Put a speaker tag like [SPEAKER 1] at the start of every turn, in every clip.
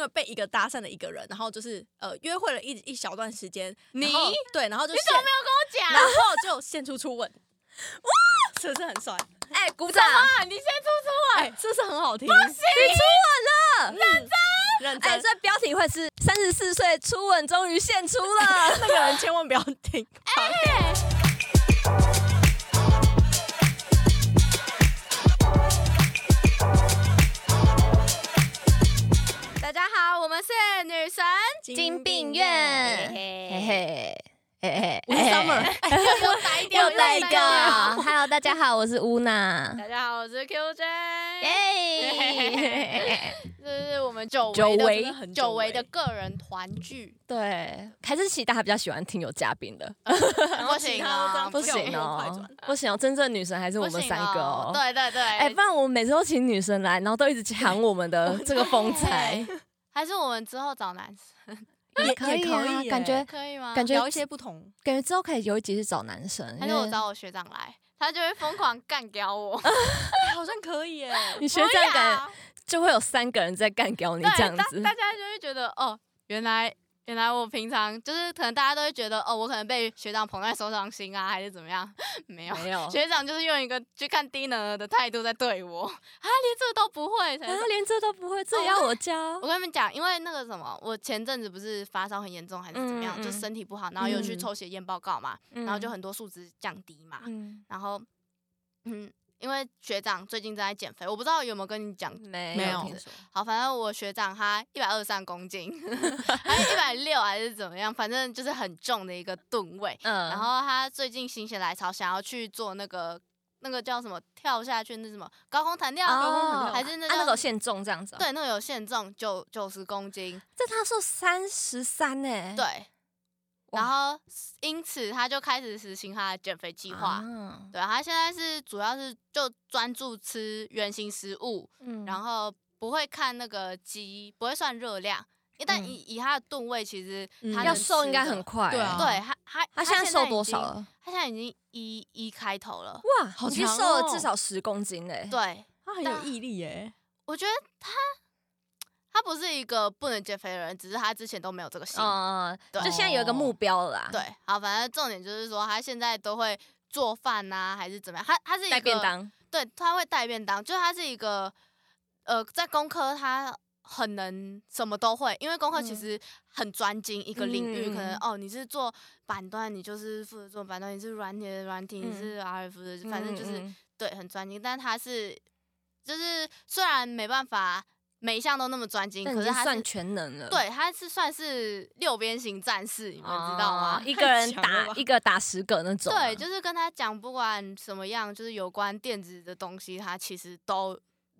[SPEAKER 1] 为被一个搭讪的一个人，然后就是呃约会了一一小段时间，然后
[SPEAKER 2] 你
[SPEAKER 1] 对，然后就
[SPEAKER 2] 你怎么
[SPEAKER 1] 现
[SPEAKER 2] 没有跟我讲？
[SPEAKER 1] 然后就现出初吻，哇，是不是很帅？
[SPEAKER 3] 哎，鼓掌！
[SPEAKER 2] 啊，你先出出
[SPEAKER 1] 哎、
[SPEAKER 2] 来，
[SPEAKER 1] 是不是很好听？不行，你初吻了，认真认真。
[SPEAKER 3] 哎，这标题会是三十四岁初吻终于现出了。
[SPEAKER 1] 那个人千万不要听。
[SPEAKER 2] 大家好，我们是女神
[SPEAKER 3] 金病院嘿
[SPEAKER 2] 嘿
[SPEAKER 3] 嘿，嘿嘿，
[SPEAKER 1] 吴 Summer，
[SPEAKER 2] 嘿，又来一
[SPEAKER 3] 又来一
[SPEAKER 2] 又
[SPEAKER 3] 个
[SPEAKER 2] 来一
[SPEAKER 3] ！Hello，大家好，我是 乌娜。
[SPEAKER 2] 大家好，我是 QJ，
[SPEAKER 3] 耶！
[SPEAKER 2] 这是我们久
[SPEAKER 3] 久
[SPEAKER 2] 违的
[SPEAKER 3] 违
[SPEAKER 2] 真的很久违的个人团 聚，
[SPEAKER 3] 对，还是其实大家比较喜欢听有嘉宾的，
[SPEAKER 2] 不
[SPEAKER 1] 其
[SPEAKER 2] 行
[SPEAKER 1] 他都这
[SPEAKER 2] 啊，
[SPEAKER 1] 样
[SPEAKER 3] 不
[SPEAKER 1] 不
[SPEAKER 3] 行
[SPEAKER 1] 行哦快
[SPEAKER 3] 哦
[SPEAKER 1] 转，
[SPEAKER 3] 不行哦，真正女神还是我
[SPEAKER 2] 不
[SPEAKER 3] 们
[SPEAKER 2] 行
[SPEAKER 3] 三个
[SPEAKER 2] 哦
[SPEAKER 3] 哦。
[SPEAKER 2] 对对对，
[SPEAKER 3] 哎，不然我们每次都请女生来，然后都一直抢我们的这个风采，
[SPEAKER 2] 还是我们之后找男生
[SPEAKER 1] 也
[SPEAKER 3] 可以
[SPEAKER 1] 也
[SPEAKER 3] 啊
[SPEAKER 1] 可以，耶
[SPEAKER 3] 感觉
[SPEAKER 2] 可以吗？
[SPEAKER 3] 感觉
[SPEAKER 1] 啊聊一些不 同，
[SPEAKER 3] 感觉之后可以有一集是找男生，
[SPEAKER 2] 还是
[SPEAKER 3] 因为
[SPEAKER 2] 我找我学长来，他就会疯狂干掉我。
[SPEAKER 1] 哎好像可 以耶。
[SPEAKER 3] 你哦学长感觉
[SPEAKER 2] 啊，
[SPEAKER 3] 就会有三个人在干掉你
[SPEAKER 2] 对，
[SPEAKER 3] 这样
[SPEAKER 2] 大
[SPEAKER 3] 子
[SPEAKER 2] 大，家就会觉得哦，原来原来我平常就是可能大家都会觉得哦，我可能被学长捧在手掌心啊，还是怎么样？没有，
[SPEAKER 3] 没 有，
[SPEAKER 2] 学长就是用一个去看低能儿的态度在对我， 啊，连这个都不会才
[SPEAKER 3] 啊，连这都不会，这也要我教
[SPEAKER 2] 我。跟你们讲，因为那个什么，我前阵子不是发烧很严重还是怎么样，
[SPEAKER 3] 嗯嗯
[SPEAKER 2] 就身体不好，然后有去
[SPEAKER 3] 嗯
[SPEAKER 2] 抽血验报告嘛，
[SPEAKER 3] 然
[SPEAKER 2] 然后就，很多数值降低嘛，
[SPEAKER 3] 嗯，
[SPEAKER 2] 然后嗯，因为学长最近正在减肥，我不知道有没有跟你讲。
[SPEAKER 3] 没
[SPEAKER 1] 没
[SPEAKER 3] 有
[SPEAKER 1] 有
[SPEAKER 3] 听说，
[SPEAKER 2] 好，反正我学长他一百二三公 斤，还是一百六还是怎么样，反正就是很重的一个吨位。
[SPEAKER 3] 嗯
[SPEAKER 2] 然后他最近心血来潮，想要去做那个那个叫什么跳下去，那什么高空弹跳，
[SPEAKER 3] 哦，
[SPEAKER 2] 还是那
[SPEAKER 3] 啊
[SPEAKER 2] 叫
[SPEAKER 3] 那种限重这样子哦，
[SPEAKER 2] 对，那个有限重九九十公斤，
[SPEAKER 3] 这他说三十三呢，
[SPEAKER 2] 对。
[SPEAKER 3] 哇
[SPEAKER 2] 然后因此他就开始实行他的减肥计划。
[SPEAKER 3] 啊，
[SPEAKER 2] 对，他现在是主要是就专注吃原型食物，
[SPEAKER 3] 嗯
[SPEAKER 2] 然后不会看那个鸡，不会算热量。因为但
[SPEAKER 3] 嗯
[SPEAKER 2] 以以他的吨位，其实
[SPEAKER 1] 嗯
[SPEAKER 2] 他
[SPEAKER 3] 要
[SPEAKER 2] 能
[SPEAKER 3] 瘦
[SPEAKER 2] 吃
[SPEAKER 3] 应该
[SPEAKER 2] 的
[SPEAKER 3] 很快，欸
[SPEAKER 1] 对啊
[SPEAKER 2] 对他他
[SPEAKER 3] 他现在瘦多
[SPEAKER 2] 已
[SPEAKER 3] 少
[SPEAKER 2] 经？
[SPEAKER 3] 了？
[SPEAKER 2] 他现在已经一一开头了。
[SPEAKER 3] 哇，
[SPEAKER 1] 好
[SPEAKER 3] 已经
[SPEAKER 1] 强
[SPEAKER 3] 瘦了
[SPEAKER 1] 哦
[SPEAKER 3] 至少十公斤嘞，
[SPEAKER 2] 对，
[SPEAKER 1] 他很有毅力耶。
[SPEAKER 2] 我觉得他他不是一个不能减肥的人，只是他之前都没有这个习惯。
[SPEAKER 3] 嗯，
[SPEAKER 2] 对
[SPEAKER 3] 就现在有一
[SPEAKER 1] 哦
[SPEAKER 3] 个目标了啦，
[SPEAKER 2] 对，好，反正重点就是说，他现在都会做饭呐、还是怎么样？他他是一个
[SPEAKER 3] 带便，当，
[SPEAKER 2] 对，他会带便当，就是他是一个呃，在工科他很能什么都会，因为工科其
[SPEAKER 3] 嗯
[SPEAKER 2] 实很专精一个领域，可能
[SPEAKER 3] 嗯
[SPEAKER 2] 哦，你是做板端，你就是负责做板端；你是软体的软体，你
[SPEAKER 3] 嗯
[SPEAKER 2] 是 RF 的，反正就是、
[SPEAKER 3] 嗯嗯
[SPEAKER 2] 对很专精。但他是就是虽然没办法每一项都那么专精，
[SPEAKER 3] 但
[SPEAKER 2] 可
[SPEAKER 3] 已
[SPEAKER 2] 是
[SPEAKER 3] 经
[SPEAKER 2] 他
[SPEAKER 3] 算
[SPEAKER 2] 是。
[SPEAKER 3] 全能了，
[SPEAKER 2] 对，他是算是六边形战士，你们
[SPEAKER 3] 哦，
[SPEAKER 2] 知道 吗？
[SPEAKER 3] 一个人
[SPEAKER 1] 太强了
[SPEAKER 3] 打
[SPEAKER 1] 吧
[SPEAKER 3] 一个打十个那种啊，
[SPEAKER 2] 对，就是跟他讲，不管什么样，就是有关电子的东西，他其实都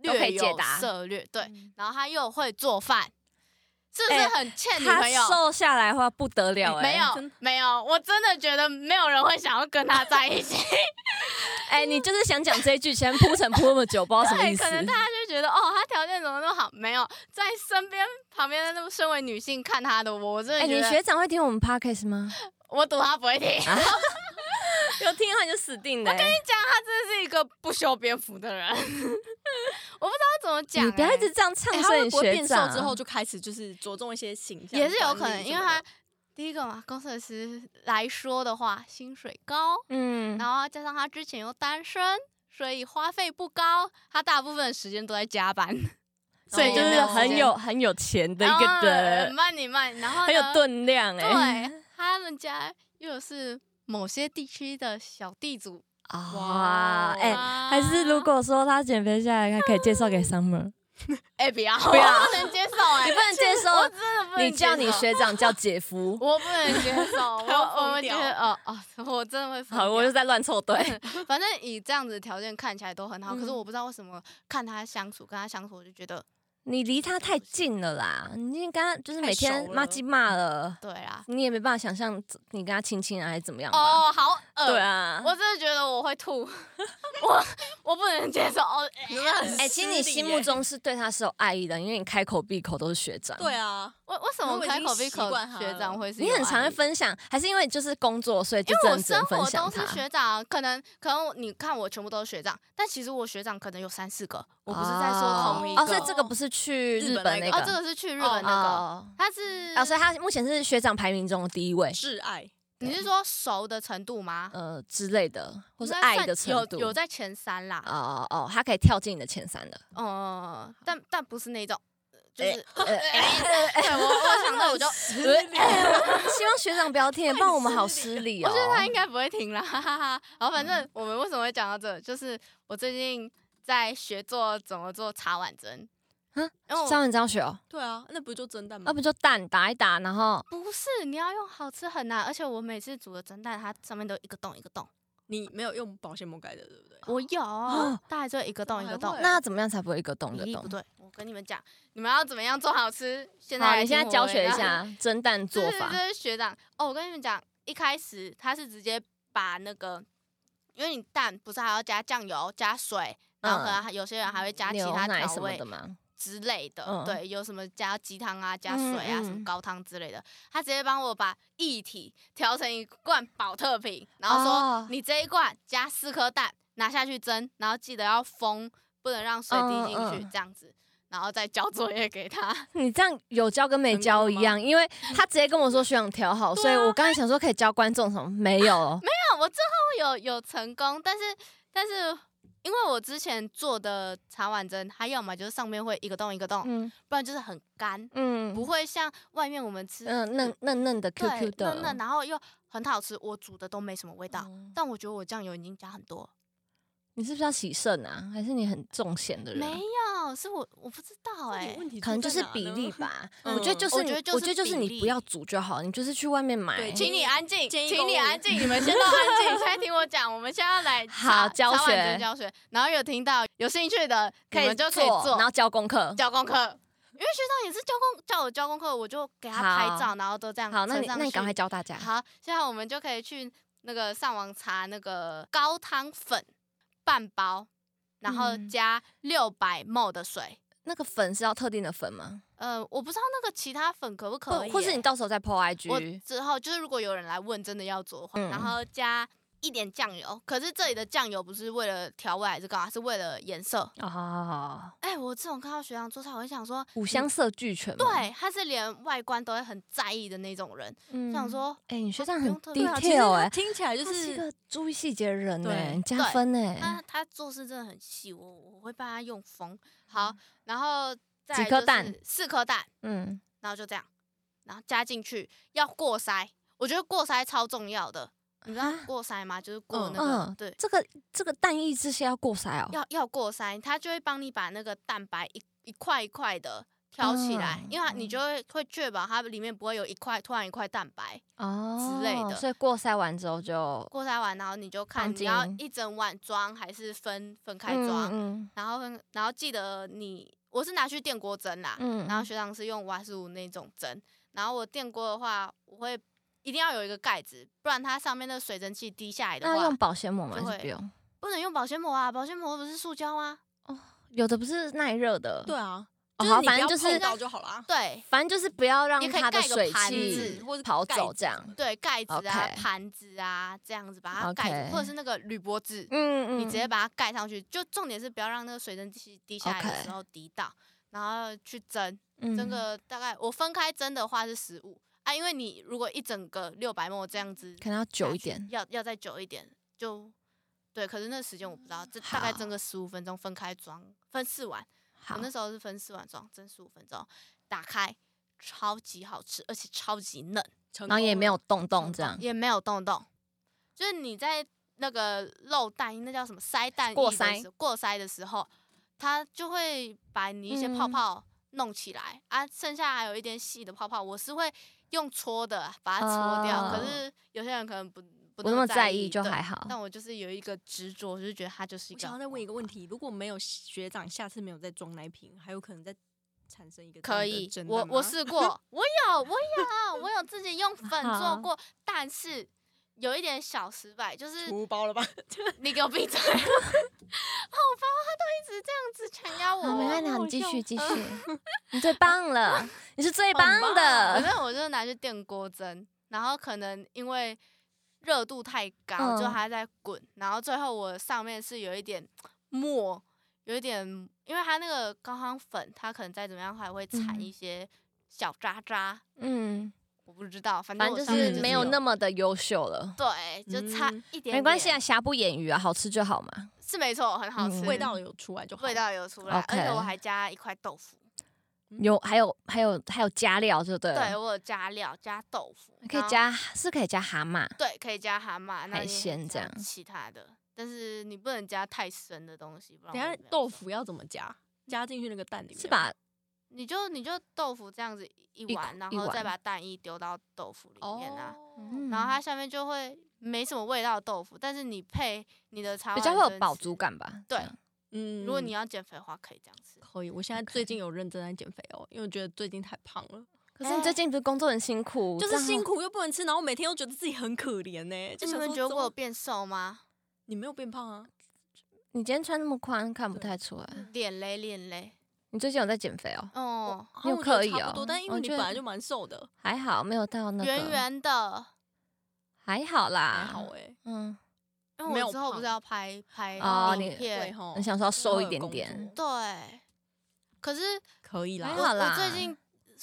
[SPEAKER 3] 都可
[SPEAKER 2] 略
[SPEAKER 3] 以解
[SPEAKER 2] 有
[SPEAKER 3] 答
[SPEAKER 2] 涉略。对，
[SPEAKER 1] 嗯
[SPEAKER 2] 然后他又会做饭，是不
[SPEAKER 3] 哎
[SPEAKER 2] 是很欠女
[SPEAKER 3] 他
[SPEAKER 2] 朋友？
[SPEAKER 3] 瘦下来的话不得了哎，
[SPEAKER 2] 没有
[SPEAKER 1] 真，
[SPEAKER 2] 没有，我真的觉得没有人会想要跟他在一起。
[SPEAKER 3] 哎，你就是想讲这一句，前铺陈铺那么久，不知道 什么
[SPEAKER 2] 对，
[SPEAKER 3] 意思
[SPEAKER 2] 可，能大家就觉得哦，他条件怎么那么好？没有，在身边旁边的那么身为女性看他的我，我真的
[SPEAKER 3] 哎，
[SPEAKER 2] 觉
[SPEAKER 3] 你
[SPEAKER 2] 得、
[SPEAKER 3] 学啊长会听我们 podcast 吗？
[SPEAKER 2] 我赌他不会听。
[SPEAKER 3] 有听的话你就死定了，欸
[SPEAKER 2] 这样他真的是一个不修边幅的人，我 不知道怎么讲、
[SPEAKER 3] 你不要
[SPEAKER 2] 哎
[SPEAKER 3] 一直这样唱
[SPEAKER 1] 哎他
[SPEAKER 3] 衰
[SPEAKER 1] 会
[SPEAKER 3] 你
[SPEAKER 1] 不会
[SPEAKER 3] 学
[SPEAKER 1] 变瘦
[SPEAKER 3] 长，
[SPEAKER 1] 之后就开始就是着重一些形象？
[SPEAKER 2] 也是
[SPEAKER 3] 啊
[SPEAKER 2] 有可能，
[SPEAKER 1] 管理
[SPEAKER 2] 因为
[SPEAKER 1] 什么的
[SPEAKER 2] 他第一个嘛，工程师来说的话，薪水高，
[SPEAKER 3] 嗯
[SPEAKER 2] 然后加上他之前又单身，所以花费不高，他大部分的时间都在加 班，
[SPEAKER 3] 所以
[SPEAKER 2] 哦
[SPEAKER 3] 就
[SPEAKER 2] 没
[SPEAKER 3] 是
[SPEAKER 2] 有时
[SPEAKER 3] 很
[SPEAKER 2] 间
[SPEAKER 3] 有很有钱的一个
[SPEAKER 2] 嗯
[SPEAKER 3] 人，
[SPEAKER 2] 慢你慢，然后
[SPEAKER 3] 很有
[SPEAKER 2] 呢
[SPEAKER 3] 吨量哎，
[SPEAKER 2] 对，他们家又是某些地区的小地主，
[SPEAKER 3] 哇，啊哎，
[SPEAKER 2] 哇
[SPEAKER 3] 还是如果说他减肥下来，他可以介绍给 Summer。
[SPEAKER 2] 哎、不要
[SPEAKER 3] 不要
[SPEAKER 2] 我不能接受哎、
[SPEAKER 3] 你不能接
[SPEAKER 2] 我
[SPEAKER 3] 受，
[SPEAKER 2] 真的不能
[SPEAKER 3] 你叫
[SPEAKER 2] 接
[SPEAKER 3] 你
[SPEAKER 2] 受
[SPEAKER 3] 学长叫姐夫。
[SPEAKER 2] 我不能接受，我
[SPEAKER 1] 他要
[SPEAKER 2] 我
[SPEAKER 1] 疯
[SPEAKER 2] 们觉
[SPEAKER 1] 掉
[SPEAKER 2] 得哦哦，我真的会疯
[SPEAKER 3] 好，我
[SPEAKER 2] 掉
[SPEAKER 3] 就在乱凑对。
[SPEAKER 2] 反正以这样子的条件看起来都很好，可是
[SPEAKER 3] 嗯
[SPEAKER 2] 我不知道为什么看他相处，跟他相处我就觉得，
[SPEAKER 3] 你离他太近了啦，你跟他就是每
[SPEAKER 1] 太
[SPEAKER 3] 天
[SPEAKER 1] 熟了
[SPEAKER 3] 骂鸡骂了，
[SPEAKER 2] 对啦，
[SPEAKER 3] 你也没办法想象你跟他亲亲啊，还是怎么样吧？
[SPEAKER 2] 哦，好恶饿。
[SPEAKER 3] 对啊，
[SPEAKER 2] 我真的觉得我会 吐，我我不能接受哦。
[SPEAKER 1] 你们很
[SPEAKER 3] 哎、其实
[SPEAKER 1] 失
[SPEAKER 3] 你
[SPEAKER 1] 礼
[SPEAKER 3] 心
[SPEAKER 1] 耶
[SPEAKER 3] 目中是对他是有爱意的，因为你开口闭口都是学长。
[SPEAKER 1] 对啊，
[SPEAKER 2] 为为什么开口闭口学长会是有
[SPEAKER 3] 你很常
[SPEAKER 2] 爱
[SPEAKER 3] 会
[SPEAKER 2] 意
[SPEAKER 3] 分享，还是因为就是工作，所以就
[SPEAKER 2] 因为
[SPEAKER 3] 真
[SPEAKER 2] 我
[SPEAKER 3] 的只能
[SPEAKER 2] 生
[SPEAKER 3] 分
[SPEAKER 2] 活
[SPEAKER 3] 享
[SPEAKER 2] 都
[SPEAKER 3] 他
[SPEAKER 2] 是。学长，啊可能可能我你看我全部都是学长，但其实我学长可能有三四个，我不是在说同一个
[SPEAKER 3] 哦，所以这个不是去
[SPEAKER 1] 日本
[SPEAKER 3] 本
[SPEAKER 1] 那
[SPEAKER 3] 那
[SPEAKER 1] 个
[SPEAKER 2] 哦，这个是去日本那个，嗯
[SPEAKER 3] 哦
[SPEAKER 2] 他是
[SPEAKER 3] 啊，所以他目前是学长排名中的第一位，
[SPEAKER 1] 挚爱
[SPEAKER 2] 你是说熟的程度吗？
[SPEAKER 3] 呃之类的，或是
[SPEAKER 2] 应该
[SPEAKER 3] 爱
[SPEAKER 2] 算
[SPEAKER 3] 的程度。
[SPEAKER 2] 有有在前三啦，
[SPEAKER 3] 哦哦哦，他可以跳进你的前三 了。
[SPEAKER 2] 嗯，但但不是那种，就
[SPEAKER 3] 哎
[SPEAKER 2] 是
[SPEAKER 3] 呃
[SPEAKER 2] 对我我想到我就，
[SPEAKER 3] 希望学长不要 听，不然我们好失礼
[SPEAKER 2] 我
[SPEAKER 3] 哦
[SPEAKER 2] 觉。得他应该不会停啦，哈哈哈。然后反正我们为什么会讲到这，就是我最近在学做怎么做茶碗蒸，
[SPEAKER 3] 嗯
[SPEAKER 2] 因为我
[SPEAKER 3] 上完张学哦，
[SPEAKER 1] 对啊，那不就蒸
[SPEAKER 2] 嗯
[SPEAKER 1] 蛋吗
[SPEAKER 3] 那？不就蛋打一打，然后
[SPEAKER 2] 不是你要用好吃很难，而且我每次煮的蒸蛋它上面都一个洞一个洞，
[SPEAKER 1] 你没有用保鲜膜盖的，对不
[SPEAKER 3] 哦
[SPEAKER 1] 对？
[SPEAKER 2] 我有，大概就一个洞一
[SPEAKER 1] 还
[SPEAKER 2] 个洞
[SPEAKER 1] 会。
[SPEAKER 3] 那要怎么样才不会一个洞一个
[SPEAKER 2] 咦，不
[SPEAKER 3] 洞？
[SPEAKER 2] 对，我跟你们讲，你们要怎么样做好吃？现在
[SPEAKER 3] 好，
[SPEAKER 2] 来
[SPEAKER 3] 你现在
[SPEAKER 2] 听我
[SPEAKER 3] 教学一
[SPEAKER 2] 的
[SPEAKER 3] 下 蒸蛋做
[SPEAKER 2] 这是
[SPEAKER 3] 法。嗯
[SPEAKER 2] 这是学长哦，我跟你们讲，一开始他是直接把那个，因为你蛋不是还要加酱油、加水，然后可
[SPEAKER 3] 嗯
[SPEAKER 2] 能还有些人还会加其
[SPEAKER 3] 牛
[SPEAKER 2] 他
[SPEAKER 3] 奶
[SPEAKER 2] 调
[SPEAKER 3] 什么
[SPEAKER 2] 味
[SPEAKER 3] 的 吗？
[SPEAKER 2] 之类的，
[SPEAKER 3] 嗯
[SPEAKER 2] 对，有什么加鸡汤啊、加
[SPEAKER 3] 嗯
[SPEAKER 2] 水啊、什
[SPEAKER 3] 嗯
[SPEAKER 2] 么高汤之类的，他直接帮我把液体调成一罐保特瓶，然后说、
[SPEAKER 3] 哦
[SPEAKER 2] 你这一罐加四颗蛋，拿下去蒸，然后记得要封，不能让水滴进
[SPEAKER 3] 嗯
[SPEAKER 2] 去，
[SPEAKER 3] 嗯
[SPEAKER 2] 这样子，然后再交作业给他。
[SPEAKER 3] 你这样有教跟没
[SPEAKER 1] 成功
[SPEAKER 3] 教
[SPEAKER 1] 了
[SPEAKER 3] 一
[SPEAKER 1] 吗
[SPEAKER 3] 样， 因为他直接跟我说学长调好，所以
[SPEAKER 2] 啊
[SPEAKER 3] 我刚才想说可以教观众什么，没 有，
[SPEAKER 2] 我最后有有成功，但是但是因为我之前做的茶碗蒸，它要么就是上面会一个洞一个洞，
[SPEAKER 3] 嗯
[SPEAKER 2] 不然就是很干，
[SPEAKER 3] 嗯
[SPEAKER 2] 不会像外面我们吃
[SPEAKER 3] 嗯，嫩嫩嫩的 QQ
[SPEAKER 2] 对
[SPEAKER 3] 的，
[SPEAKER 2] 嫩嫩，然后又很好吃，我煮的都没什么味道。
[SPEAKER 3] 嗯
[SPEAKER 2] 但我觉得我酱油已经加很多，
[SPEAKER 3] 你是不是要洗肾啊？还是你很重咸的人？啊
[SPEAKER 2] 没有，是我我不知道
[SPEAKER 1] 到
[SPEAKER 2] 哎、
[SPEAKER 1] 底问题
[SPEAKER 3] 可能
[SPEAKER 1] 出
[SPEAKER 3] 就
[SPEAKER 1] 在
[SPEAKER 3] 是
[SPEAKER 1] 哪
[SPEAKER 3] 比
[SPEAKER 1] 呢
[SPEAKER 3] 例。吧。
[SPEAKER 1] 嗯
[SPEAKER 3] 我觉得就
[SPEAKER 2] 啊
[SPEAKER 3] 是
[SPEAKER 2] 我
[SPEAKER 3] 你
[SPEAKER 2] 觉得，就是
[SPEAKER 3] 我觉得就是
[SPEAKER 2] 比
[SPEAKER 3] 你
[SPEAKER 2] 例
[SPEAKER 3] 不要煮就好，你就是去外面买
[SPEAKER 1] 对。
[SPEAKER 2] 请你安静，
[SPEAKER 1] 建议
[SPEAKER 2] 请你
[SPEAKER 1] 购物
[SPEAKER 2] 安静，你们先都安静，现在听我讲，我们现在要来
[SPEAKER 3] 好
[SPEAKER 2] 茶
[SPEAKER 3] 教
[SPEAKER 2] 茶碗
[SPEAKER 3] 学
[SPEAKER 2] 蒸教学，然后有听到有兴趣的，你
[SPEAKER 3] 可以
[SPEAKER 2] 们就可以做，
[SPEAKER 3] 然后交功课。
[SPEAKER 2] 交功课，因为学长也是交功叫我交功课，我就给他拍
[SPEAKER 3] 好
[SPEAKER 2] 照，然后都这样
[SPEAKER 3] 好，那
[SPEAKER 2] 呈
[SPEAKER 3] 你
[SPEAKER 2] 上
[SPEAKER 3] 那你赶
[SPEAKER 2] 去
[SPEAKER 3] 快教大家。
[SPEAKER 2] 好，现在我们就可以去那个上网查那个高汤粉半包，然后
[SPEAKER 3] 嗯
[SPEAKER 2] 加六百 ml 的水。
[SPEAKER 3] 那个粉是要特定的粉吗？
[SPEAKER 2] 呃，我不知道那个其他粉可不
[SPEAKER 3] 或
[SPEAKER 2] 可以耶，
[SPEAKER 3] 或是你到时候再 PO
[SPEAKER 2] 我
[SPEAKER 3] IG。
[SPEAKER 2] 之后就是如果有人来问，真的要做的话，
[SPEAKER 3] 嗯
[SPEAKER 2] 然后加一点酱油。可是这里的酱油不是为了调味还是干嘛，是为了颜色。
[SPEAKER 3] 哦，好好好，
[SPEAKER 2] 哎，我自从看到学长做菜，我就想说，
[SPEAKER 3] 五香色俱全。，
[SPEAKER 2] 对，他是连外观都会很在意的那种人。
[SPEAKER 3] 嗯
[SPEAKER 2] 想说，
[SPEAKER 3] 哎，你学长
[SPEAKER 2] 不
[SPEAKER 3] 很
[SPEAKER 2] 用特别
[SPEAKER 1] 对啊，其实
[SPEAKER 3] detail
[SPEAKER 1] 它
[SPEAKER 3] 哎，
[SPEAKER 1] 听起来就
[SPEAKER 3] 他是一
[SPEAKER 1] 是
[SPEAKER 3] 个注意细节的人
[SPEAKER 1] 对
[SPEAKER 3] 哎，加
[SPEAKER 2] 对
[SPEAKER 3] 分哎
[SPEAKER 2] 他。啊他做事真的很细，我我会帮他用疯。好，然后再
[SPEAKER 3] 嗯几
[SPEAKER 2] 来
[SPEAKER 3] 颗
[SPEAKER 2] 就是
[SPEAKER 3] 蛋，
[SPEAKER 2] 四颗蛋，
[SPEAKER 3] 嗯，
[SPEAKER 2] 然后就这样，然后加进去，要过筛。我觉得过筛超重要的，你知道
[SPEAKER 3] 啊
[SPEAKER 2] 过筛吗？就是过
[SPEAKER 1] 嗯
[SPEAKER 2] 那个，
[SPEAKER 3] 嗯
[SPEAKER 2] 对，
[SPEAKER 3] 这个这个蛋液这些要过筛哦。
[SPEAKER 2] 要要过筛，他就会帮你把那个蛋白一一块一块的挑起来，
[SPEAKER 3] 嗯
[SPEAKER 2] 因为它你就会会确保它里面不会有一块突然一块蛋白。
[SPEAKER 3] 哦
[SPEAKER 2] 之类的
[SPEAKER 3] 所以过筛完之后就
[SPEAKER 2] 过筛完，然后你就看
[SPEAKER 3] 放
[SPEAKER 2] 你要
[SPEAKER 3] 进
[SPEAKER 2] 一整碗装还是分分开装。
[SPEAKER 3] 嗯
[SPEAKER 2] 然后跟然后记得你，我是拿去电锅蒸啦，
[SPEAKER 3] 嗯
[SPEAKER 2] 然后学长是用瓦斯炉那种蒸，然后我电锅的话，我会一定要有一个盖子，不然它上面的水蒸气滴下来的
[SPEAKER 3] 那
[SPEAKER 2] 话
[SPEAKER 3] 用，保鲜膜吗？
[SPEAKER 2] 就
[SPEAKER 3] 还
[SPEAKER 2] 会
[SPEAKER 3] 是不用？
[SPEAKER 2] 不能用保鲜膜啊，保鲜膜不是塑胶吗？
[SPEAKER 3] 有的不是耐热的，
[SPEAKER 1] 对啊，
[SPEAKER 3] 哦，
[SPEAKER 1] 就是
[SPEAKER 3] 好，
[SPEAKER 1] 你不
[SPEAKER 3] 反正
[SPEAKER 1] 要
[SPEAKER 3] 就
[SPEAKER 1] 碰
[SPEAKER 3] 是
[SPEAKER 1] 到就好啦。
[SPEAKER 2] 对
[SPEAKER 3] 反正就是不要让
[SPEAKER 2] 也可以
[SPEAKER 3] 它的
[SPEAKER 2] 盖个
[SPEAKER 3] 水
[SPEAKER 2] 盘
[SPEAKER 3] 汽
[SPEAKER 2] 子
[SPEAKER 1] 或者
[SPEAKER 3] 跑
[SPEAKER 1] 盖
[SPEAKER 3] 走
[SPEAKER 1] 子
[SPEAKER 3] 这
[SPEAKER 1] 什
[SPEAKER 3] 样
[SPEAKER 1] 么。
[SPEAKER 2] 对，盖子啊
[SPEAKER 3] OK
[SPEAKER 2] 盘子啊，这样子把它盖住
[SPEAKER 3] OK
[SPEAKER 2] 或者是那个铝箔纸，
[SPEAKER 3] 嗯嗯
[SPEAKER 2] 你直接把它盖上去，就重点是不要让那个水蒸气滴下来的
[SPEAKER 3] OK
[SPEAKER 2] 时候滴到，然后去蒸。
[SPEAKER 3] 这
[SPEAKER 2] 蒸个大概我分开蒸的话是十五啊，因为你如果一整个六百沫这样子
[SPEAKER 3] 可能要久
[SPEAKER 2] 下
[SPEAKER 3] 一
[SPEAKER 2] 去
[SPEAKER 3] 点。
[SPEAKER 2] 要要再久一点，就对。可是那时间我不知道，这大概
[SPEAKER 3] 好
[SPEAKER 2] 蒸个十五分钟，分开装，分四碗。
[SPEAKER 3] 好
[SPEAKER 2] 我，那时候是分四碗装，蒸十五分钟，打开超级好吃，而且超级嫩，
[SPEAKER 1] 成
[SPEAKER 3] 然后也
[SPEAKER 1] 功
[SPEAKER 3] 没
[SPEAKER 1] 了
[SPEAKER 3] 有洞洞这样。
[SPEAKER 2] 也没有洞洞，就是你在那个漏蛋，那叫什么筛蛋
[SPEAKER 3] 过
[SPEAKER 2] 液的
[SPEAKER 3] 筛
[SPEAKER 2] 时过筛的时候，它就会把你一些泡
[SPEAKER 3] 嗯
[SPEAKER 2] 泡弄起来、啊，剩下还有一点细的泡泡，我是会用搓的把它搓掉。
[SPEAKER 3] 哦
[SPEAKER 2] 可是有些人可能不不
[SPEAKER 3] 不那么在
[SPEAKER 2] 在
[SPEAKER 3] 意就
[SPEAKER 2] 对
[SPEAKER 3] 还好
[SPEAKER 2] 但我就是有一个执着，我就是觉得它就是一
[SPEAKER 1] 我
[SPEAKER 2] 个。
[SPEAKER 1] 想要再问一个问题：如果没有学长，下次没有再装奶瓶，还有可能再产生一个这样
[SPEAKER 2] 可
[SPEAKER 1] 的
[SPEAKER 2] 以
[SPEAKER 1] 争，
[SPEAKER 2] 我
[SPEAKER 1] 论
[SPEAKER 2] 我
[SPEAKER 1] 吗
[SPEAKER 2] 试过，我有我有我有自己用粉做
[SPEAKER 3] 好
[SPEAKER 2] 过，但是有一点小失败，就是
[SPEAKER 1] 出包了吧？
[SPEAKER 2] 你给我闭嘴！ 好吧，他都一直这样子强压我。
[SPEAKER 3] 哦好，没关系，
[SPEAKER 2] 哦好
[SPEAKER 3] 好你继
[SPEAKER 2] 笑
[SPEAKER 3] 续继续，你最棒了，你是最棒
[SPEAKER 2] 反
[SPEAKER 3] 的。
[SPEAKER 2] 正我就拿去电锅蒸，然后可能因为热度太高，
[SPEAKER 3] 嗯
[SPEAKER 2] 就它在滚，然后最后我上面是有一点沫，有一点，因为它那个高汤粉，它可能再怎么样还会
[SPEAKER 3] 嗯
[SPEAKER 2] 产一些小渣渣，
[SPEAKER 3] 嗯，
[SPEAKER 2] 我不知道，反正
[SPEAKER 3] 反
[SPEAKER 2] 我
[SPEAKER 3] 正就
[SPEAKER 2] 上面
[SPEAKER 3] 是
[SPEAKER 2] 就是
[SPEAKER 3] 没有那
[SPEAKER 2] 么
[SPEAKER 3] 么的优秀了，
[SPEAKER 2] 对，就差
[SPEAKER 1] 嗯
[SPEAKER 2] 一点点
[SPEAKER 3] 没关系啊，，瑕不掩瑜啊，好吃就好嘛。
[SPEAKER 2] 是没错，很好
[SPEAKER 3] 嗯
[SPEAKER 2] 吃，
[SPEAKER 1] 味道有出来就好。
[SPEAKER 2] 味道有出来，而且
[SPEAKER 3] OK
[SPEAKER 2] 我还加一块豆腐，
[SPEAKER 3] 有还有还有还有加料，对不对？
[SPEAKER 2] 嗯对，我有加料加豆腐，
[SPEAKER 3] 可以
[SPEAKER 2] 然后
[SPEAKER 3] 加是可以加蛤蟆，
[SPEAKER 2] 对，可以加蛤蟆、那
[SPEAKER 3] 海
[SPEAKER 2] 你可以
[SPEAKER 3] 鲜这
[SPEAKER 2] 加
[SPEAKER 3] 样
[SPEAKER 2] 其他的，但是你不能加太深的东西，不然
[SPEAKER 1] 等一下
[SPEAKER 2] 会没有
[SPEAKER 1] 豆
[SPEAKER 2] 熟
[SPEAKER 1] 腐要怎么加？加进去那个蛋里面
[SPEAKER 3] 嗯是？把
[SPEAKER 2] 你就你就豆腐这样子一
[SPEAKER 3] 一
[SPEAKER 2] 碗，然
[SPEAKER 3] 一
[SPEAKER 2] 后再
[SPEAKER 3] 碗
[SPEAKER 2] 把蛋液丢到豆腐里面啊，
[SPEAKER 1] 哦，
[SPEAKER 3] 嗯
[SPEAKER 2] 然后它下面就会没什么味道的豆腐，但是你配你的茶
[SPEAKER 3] 比较
[SPEAKER 2] 碗
[SPEAKER 3] 会有
[SPEAKER 2] 蒸
[SPEAKER 3] 饱
[SPEAKER 2] 吃
[SPEAKER 3] 足。感吧？
[SPEAKER 2] 对
[SPEAKER 3] 这样
[SPEAKER 1] 嗯
[SPEAKER 2] 如果你要减肥的话，可以这样吃。
[SPEAKER 1] 可以，我现在
[SPEAKER 3] OK
[SPEAKER 1] 最近有认真在减肥哦，因为我觉得最近太胖了，
[SPEAKER 3] 可
[SPEAKER 2] 哎
[SPEAKER 3] 是你最近不是工作很辛苦，
[SPEAKER 1] 就
[SPEAKER 3] 这
[SPEAKER 1] 是
[SPEAKER 3] 样
[SPEAKER 1] 辛苦又不能吃，然后每天又觉得自己很可怜呢、就
[SPEAKER 2] 就你
[SPEAKER 1] 想
[SPEAKER 2] 们
[SPEAKER 1] 说
[SPEAKER 2] 觉得
[SPEAKER 1] 怎
[SPEAKER 2] 我
[SPEAKER 1] 么
[SPEAKER 2] 有变瘦吗？
[SPEAKER 1] 你没有变胖啊？
[SPEAKER 3] 你今天穿那么宽，看不太出来。
[SPEAKER 2] 脸嘞脸嘞，
[SPEAKER 3] 你最近有在减肥哦？
[SPEAKER 2] 哦，
[SPEAKER 1] 好
[SPEAKER 3] 你有
[SPEAKER 1] 像我觉得
[SPEAKER 3] 刻意
[SPEAKER 1] 差不
[SPEAKER 3] 哦
[SPEAKER 1] 多，但因
[SPEAKER 3] 我
[SPEAKER 1] 为你
[SPEAKER 3] 觉
[SPEAKER 1] 本来
[SPEAKER 3] 得
[SPEAKER 1] 就蛮瘦的，
[SPEAKER 3] 还好，没有到那个，
[SPEAKER 2] 圆圆的。
[SPEAKER 3] 还好啦，
[SPEAKER 1] 还好哎、
[SPEAKER 3] 嗯，
[SPEAKER 2] 因
[SPEAKER 1] 没
[SPEAKER 2] 为我
[SPEAKER 1] 有
[SPEAKER 2] 之后不
[SPEAKER 1] 胖
[SPEAKER 2] 是要拍拍
[SPEAKER 3] 哦
[SPEAKER 2] 影
[SPEAKER 3] 你
[SPEAKER 1] 对
[SPEAKER 2] 片，
[SPEAKER 1] 吼
[SPEAKER 3] 你，想说要
[SPEAKER 1] 之后
[SPEAKER 3] 瘦一
[SPEAKER 1] 有
[SPEAKER 3] 点
[SPEAKER 1] 工
[SPEAKER 3] 点，
[SPEAKER 1] 作
[SPEAKER 2] 对。可是
[SPEAKER 1] 可以
[SPEAKER 3] 还
[SPEAKER 1] 啦。
[SPEAKER 2] 我
[SPEAKER 3] 好
[SPEAKER 2] 我
[SPEAKER 3] 啦
[SPEAKER 2] 最近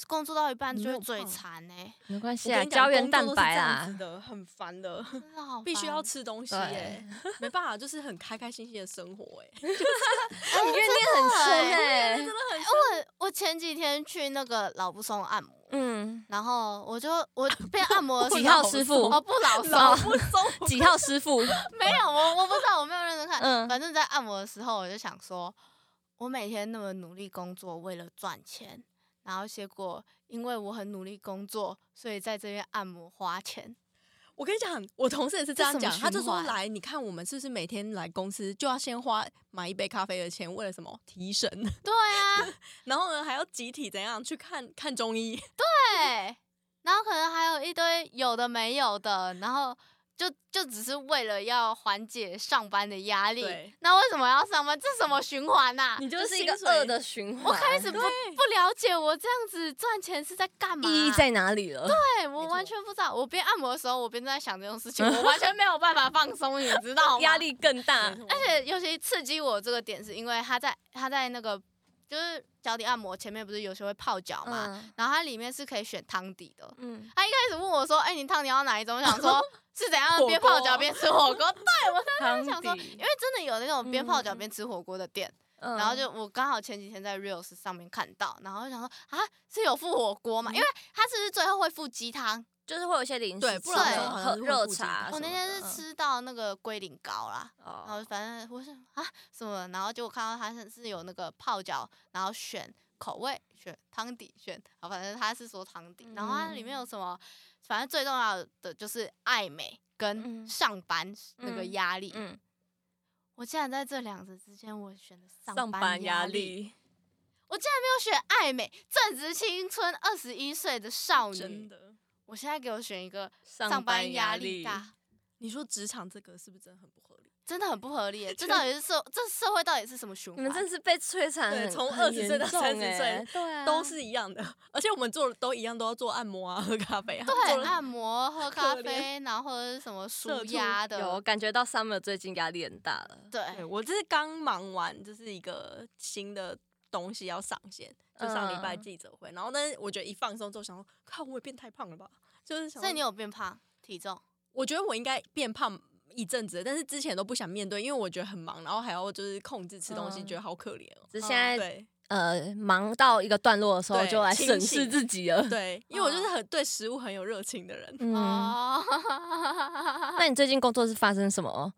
[SPEAKER 2] 工作到一半
[SPEAKER 1] 你
[SPEAKER 2] 就
[SPEAKER 1] 没
[SPEAKER 2] 会
[SPEAKER 1] 有
[SPEAKER 2] 嘴
[SPEAKER 1] 胖
[SPEAKER 2] 馋欸呢、
[SPEAKER 3] 没关
[SPEAKER 1] 我
[SPEAKER 3] 系啊，
[SPEAKER 1] 跟你讲
[SPEAKER 3] 胶原蛋
[SPEAKER 1] 工作是
[SPEAKER 3] 白啊
[SPEAKER 1] 这样子
[SPEAKER 3] 啦，
[SPEAKER 1] 的很烦 的，
[SPEAKER 2] 真的好
[SPEAKER 1] 必须要
[SPEAKER 2] 烦。哦
[SPEAKER 1] 吃东西
[SPEAKER 3] 对
[SPEAKER 1] 耶、没办法，就是很开开心心的生活哎、
[SPEAKER 2] 哎
[SPEAKER 3] 哦你很
[SPEAKER 1] 哦
[SPEAKER 3] 深哎，
[SPEAKER 2] 欸我我前几天去那个老布松按摩，
[SPEAKER 3] 嗯，
[SPEAKER 2] 然后我就我被按摩的时
[SPEAKER 3] 几
[SPEAKER 2] 候
[SPEAKER 3] 号师傅？
[SPEAKER 2] 哦不老
[SPEAKER 3] 老
[SPEAKER 2] 松，
[SPEAKER 1] 不松
[SPEAKER 3] 几号 师傅？
[SPEAKER 2] 没有我我不知道我没有认真看，
[SPEAKER 3] 嗯
[SPEAKER 2] 反正在按摩的时候我就想说，我每天那么努力工作为了赚钱，然后结果因为我很努力工作，所以在这边按摩花钱，
[SPEAKER 1] 我跟你讲，我同事也是这样
[SPEAKER 2] 这什
[SPEAKER 1] 讲
[SPEAKER 2] 么，
[SPEAKER 1] 他就
[SPEAKER 2] 循
[SPEAKER 1] 说
[SPEAKER 2] 环：“
[SPEAKER 1] 来，你看我们是不是每天来公司就要先花买一杯咖啡的钱，为了什么提神？
[SPEAKER 2] 对啊，
[SPEAKER 1] 然后呢，还要集体怎样去看看中医？
[SPEAKER 2] 对，然后可能还有一堆有的没有的，然后就就只是为了要缓解上班的压力
[SPEAKER 1] 对。
[SPEAKER 2] 那为什么要上班？这什么循环呐、
[SPEAKER 1] 你
[SPEAKER 3] 这
[SPEAKER 1] 是
[SPEAKER 3] 是一个
[SPEAKER 1] 薪水
[SPEAKER 3] 恶的循环，
[SPEAKER 2] 我开始不不了解我这样子赚钱是在干嘛、啊
[SPEAKER 3] 意义在哪里了？
[SPEAKER 2] 对我完全不知道。我边按摩的时候，我边在想这种 事情，我完全没有办法放松，你知道吗？
[SPEAKER 3] 压力更 大，
[SPEAKER 2] 而且尤其刺激我这个点，是因为他在他在那个就是脚底按摩前面不是有些会泡脚嘛，
[SPEAKER 3] 嗯
[SPEAKER 2] 然后它里面是可以选汤底的。
[SPEAKER 3] 嗯，
[SPEAKER 2] 他一开始问我说：“哎、你汤你要哪一种？”我想 说是怎样
[SPEAKER 1] 火
[SPEAKER 2] 边泡脚
[SPEAKER 1] 锅
[SPEAKER 2] 边吃火锅？对我
[SPEAKER 1] 啊
[SPEAKER 3] 汤
[SPEAKER 2] 想说
[SPEAKER 3] 底
[SPEAKER 2] 因为真的有那种边泡脚
[SPEAKER 3] 嗯
[SPEAKER 2] 边吃火锅的店，
[SPEAKER 3] 嗯
[SPEAKER 2] 然后就我刚好前几天在 Reels 上面看到，然后就想说啊是有附火锅
[SPEAKER 3] 嗯
[SPEAKER 2] 嘛？因为它是不是最后会附鸡汤？
[SPEAKER 3] 就是会有一些零食
[SPEAKER 1] 对
[SPEAKER 3] 吃
[SPEAKER 1] 不
[SPEAKER 3] 的，
[SPEAKER 2] 然
[SPEAKER 1] 的话好像
[SPEAKER 3] 喝
[SPEAKER 1] 是会
[SPEAKER 3] 热
[SPEAKER 1] 顾忌
[SPEAKER 3] 茶
[SPEAKER 1] 它
[SPEAKER 3] 什么的。
[SPEAKER 2] 我那天是
[SPEAKER 3] 嗯
[SPEAKER 2] 吃到那个龟苓膏啦。然后
[SPEAKER 3] 哦，
[SPEAKER 2] 反正我是啊什么，然后结果看到它是是有那个泡脚，然后选口味，选汤底，选啊，反正它是说汤
[SPEAKER 3] 嗯
[SPEAKER 2] 底，然后它里面有什么，反正最重要的就是爱美跟
[SPEAKER 3] 嗯
[SPEAKER 2] 上班那个
[SPEAKER 3] 嗯
[SPEAKER 2] 压力。
[SPEAKER 3] 嗯，
[SPEAKER 2] 我竟然在这两者之间，我选了
[SPEAKER 3] 上
[SPEAKER 2] 班
[SPEAKER 3] 班压
[SPEAKER 2] 力，
[SPEAKER 3] 力，
[SPEAKER 2] 我竟然没有选爱美，正值青春二十一岁的少
[SPEAKER 1] 真
[SPEAKER 2] 女，
[SPEAKER 1] 的，
[SPEAKER 2] 我现在给我选一个
[SPEAKER 3] 上
[SPEAKER 2] 班
[SPEAKER 3] 班
[SPEAKER 2] 压
[SPEAKER 3] 压
[SPEAKER 2] 力
[SPEAKER 3] 力
[SPEAKER 2] 大，
[SPEAKER 1] 你说职场这个是不是真的很不合理？
[SPEAKER 2] 真的很不合理 耶。这到底是社这社会到底是什么循
[SPEAKER 3] 你
[SPEAKER 2] 环？
[SPEAKER 3] 们真是被摧残
[SPEAKER 1] 对
[SPEAKER 3] 很，
[SPEAKER 1] 从
[SPEAKER 3] 很
[SPEAKER 1] 20岁到
[SPEAKER 3] 严重
[SPEAKER 1] 30岁
[SPEAKER 3] 欸对啊，
[SPEAKER 1] 都是一样的，而且我们做的都一样，都要做按摩啊，喝咖啡啊，做
[SPEAKER 2] 对，
[SPEAKER 1] 了
[SPEAKER 2] 按摩、喝咖
[SPEAKER 1] 可
[SPEAKER 2] 啡，然后或者是什么舒
[SPEAKER 1] 社畜
[SPEAKER 2] 压的，
[SPEAKER 3] 有感觉到 Summer 最近压力很大了。
[SPEAKER 1] 对
[SPEAKER 2] 对，
[SPEAKER 1] 我这是刚忙完，就是一个新的东西要上线，就上礼拜
[SPEAKER 3] 嗯
[SPEAKER 1] 记者会，然后呢，我觉得一放松之后，想说，靠，我也变太胖了吧？就是想说，
[SPEAKER 2] 所以你有变胖体重？
[SPEAKER 1] 我觉得我应该变胖一阵子了，但是之前都不想面对，因为我觉得很忙，然后还要就是控制吃东西，
[SPEAKER 3] 嗯
[SPEAKER 1] 觉得好可怜哦。
[SPEAKER 3] 只是
[SPEAKER 2] 嗯
[SPEAKER 3] 现在、
[SPEAKER 1] 对
[SPEAKER 3] 呃忙到一个段落的时候，
[SPEAKER 1] 对
[SPEAKER 3] 就来
[SPEAKER 1] 清
[SPEAKER 3] 审视
[SPEAKER 1] 醒
[SPEAKER 3] 自己了。
[SPEAKER 1] 对，因为我就是很对食物很有热情的人。
[SPEAKER 3] 嗯，
[SPEAKER 2] 哦，
[SPEAKER 3] 那你最近工作是发生什么？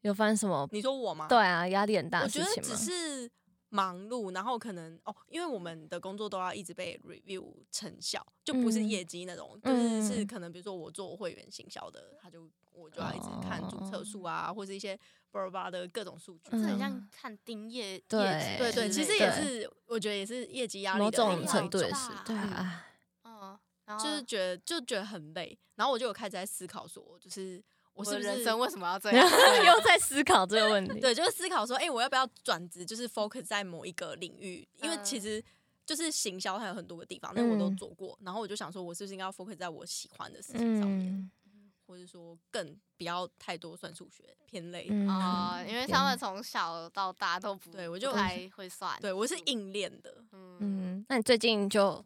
[SPEAKER 3] 有发生什么？
[SPEAKER 1] 你说我吗？
[SPEAKER 3] 对，啊，压力很大
[SPEAKER 1] 我
[SPEAKER 3] 的
[SPEAKER 1] 觉
[SPEAKER 3] 事
[SPEAKER 1] 得
[SPEAKER 3] 情
[SPEAKER 1] 只
[SPEAKER 3] 吗？
[SPEAKER 1] 是忙碌，然后可能哦，因为我们的工作都要一直被 review 成效，就不是
[SPEAKER 3] 嗯
[SPEAKER 1] 业绩那种，
[SPEAKER 3] 嗯
[SPEAKER 1] 就是是可能比如说我做会员行销的，他就我就要一直看注册数啊，或是一些 b l a 的各种数据。
[SPEAKER 2] 这很
[SPEAKER 3] 哦嗯
[SPEAKER 2] 像看丁业，
[SPEAKER 3] 对
[SPEAKER 2] 业绩
[SPEAKER 1] 对对，
[SPEAKER 2] 之
[SPEAKER 1] 其实
[SPEAKER 2] 类
[SPEAKER 1] 也
[SPEAKER 2] 的
[SPEAKER 1] 是，我觉得也是业绩压力
[SPEAKER 3] 某
[SPEAKER 1] 的
[SPEAKER 3] 种
[SPEAKER 1] 另外
[SPEAKER 3] 程度
[SPEAKER 1] 一
[SPEAKER 3] 也是
[SPEAKER 2] 大，
[SPEAKER 3] 对啊，
[SPEAKER 2] 嗯，然后
[SPEAKER 1] 就是觉得就觉得很累，然后我就有开始在思考说，就是我
[SPEAKER 2] 我
[SPEAKER 1] 是
[SPEAKER 2] 的
[SPEAKER 1] 不是
[SPEAKER 2] 人生为什么要这 样？
[SPEAKER 3] 又在思考 这个问题。
[SPEAKER 1] 对，就是思考说，哎、我要不要转职，就是 focus 在某一个领域？因为其实就是行销还有很多个地方，但我都
[SPEAKER 3] 嗯
[SPEAKER 1] 做过。然后我就想说，我是不是应该要 focus 在我喜欢的事情上面，
[SPEAKER 3] 嗯
[SPEAKER 1] 或者说更不要太多算数学偏累？
[SPEAKER 3] 嗯
[SPEAKER 2] 哦，因为他们从小到大都不
[SPEAKER 1] 对我就
[SPEAKER 2] 不太会算，
[SPEAKER 1] 对我是硬练的。
[SPEAKER 2] 嗯，
[SPEAKER 3] 嗯，那你最近就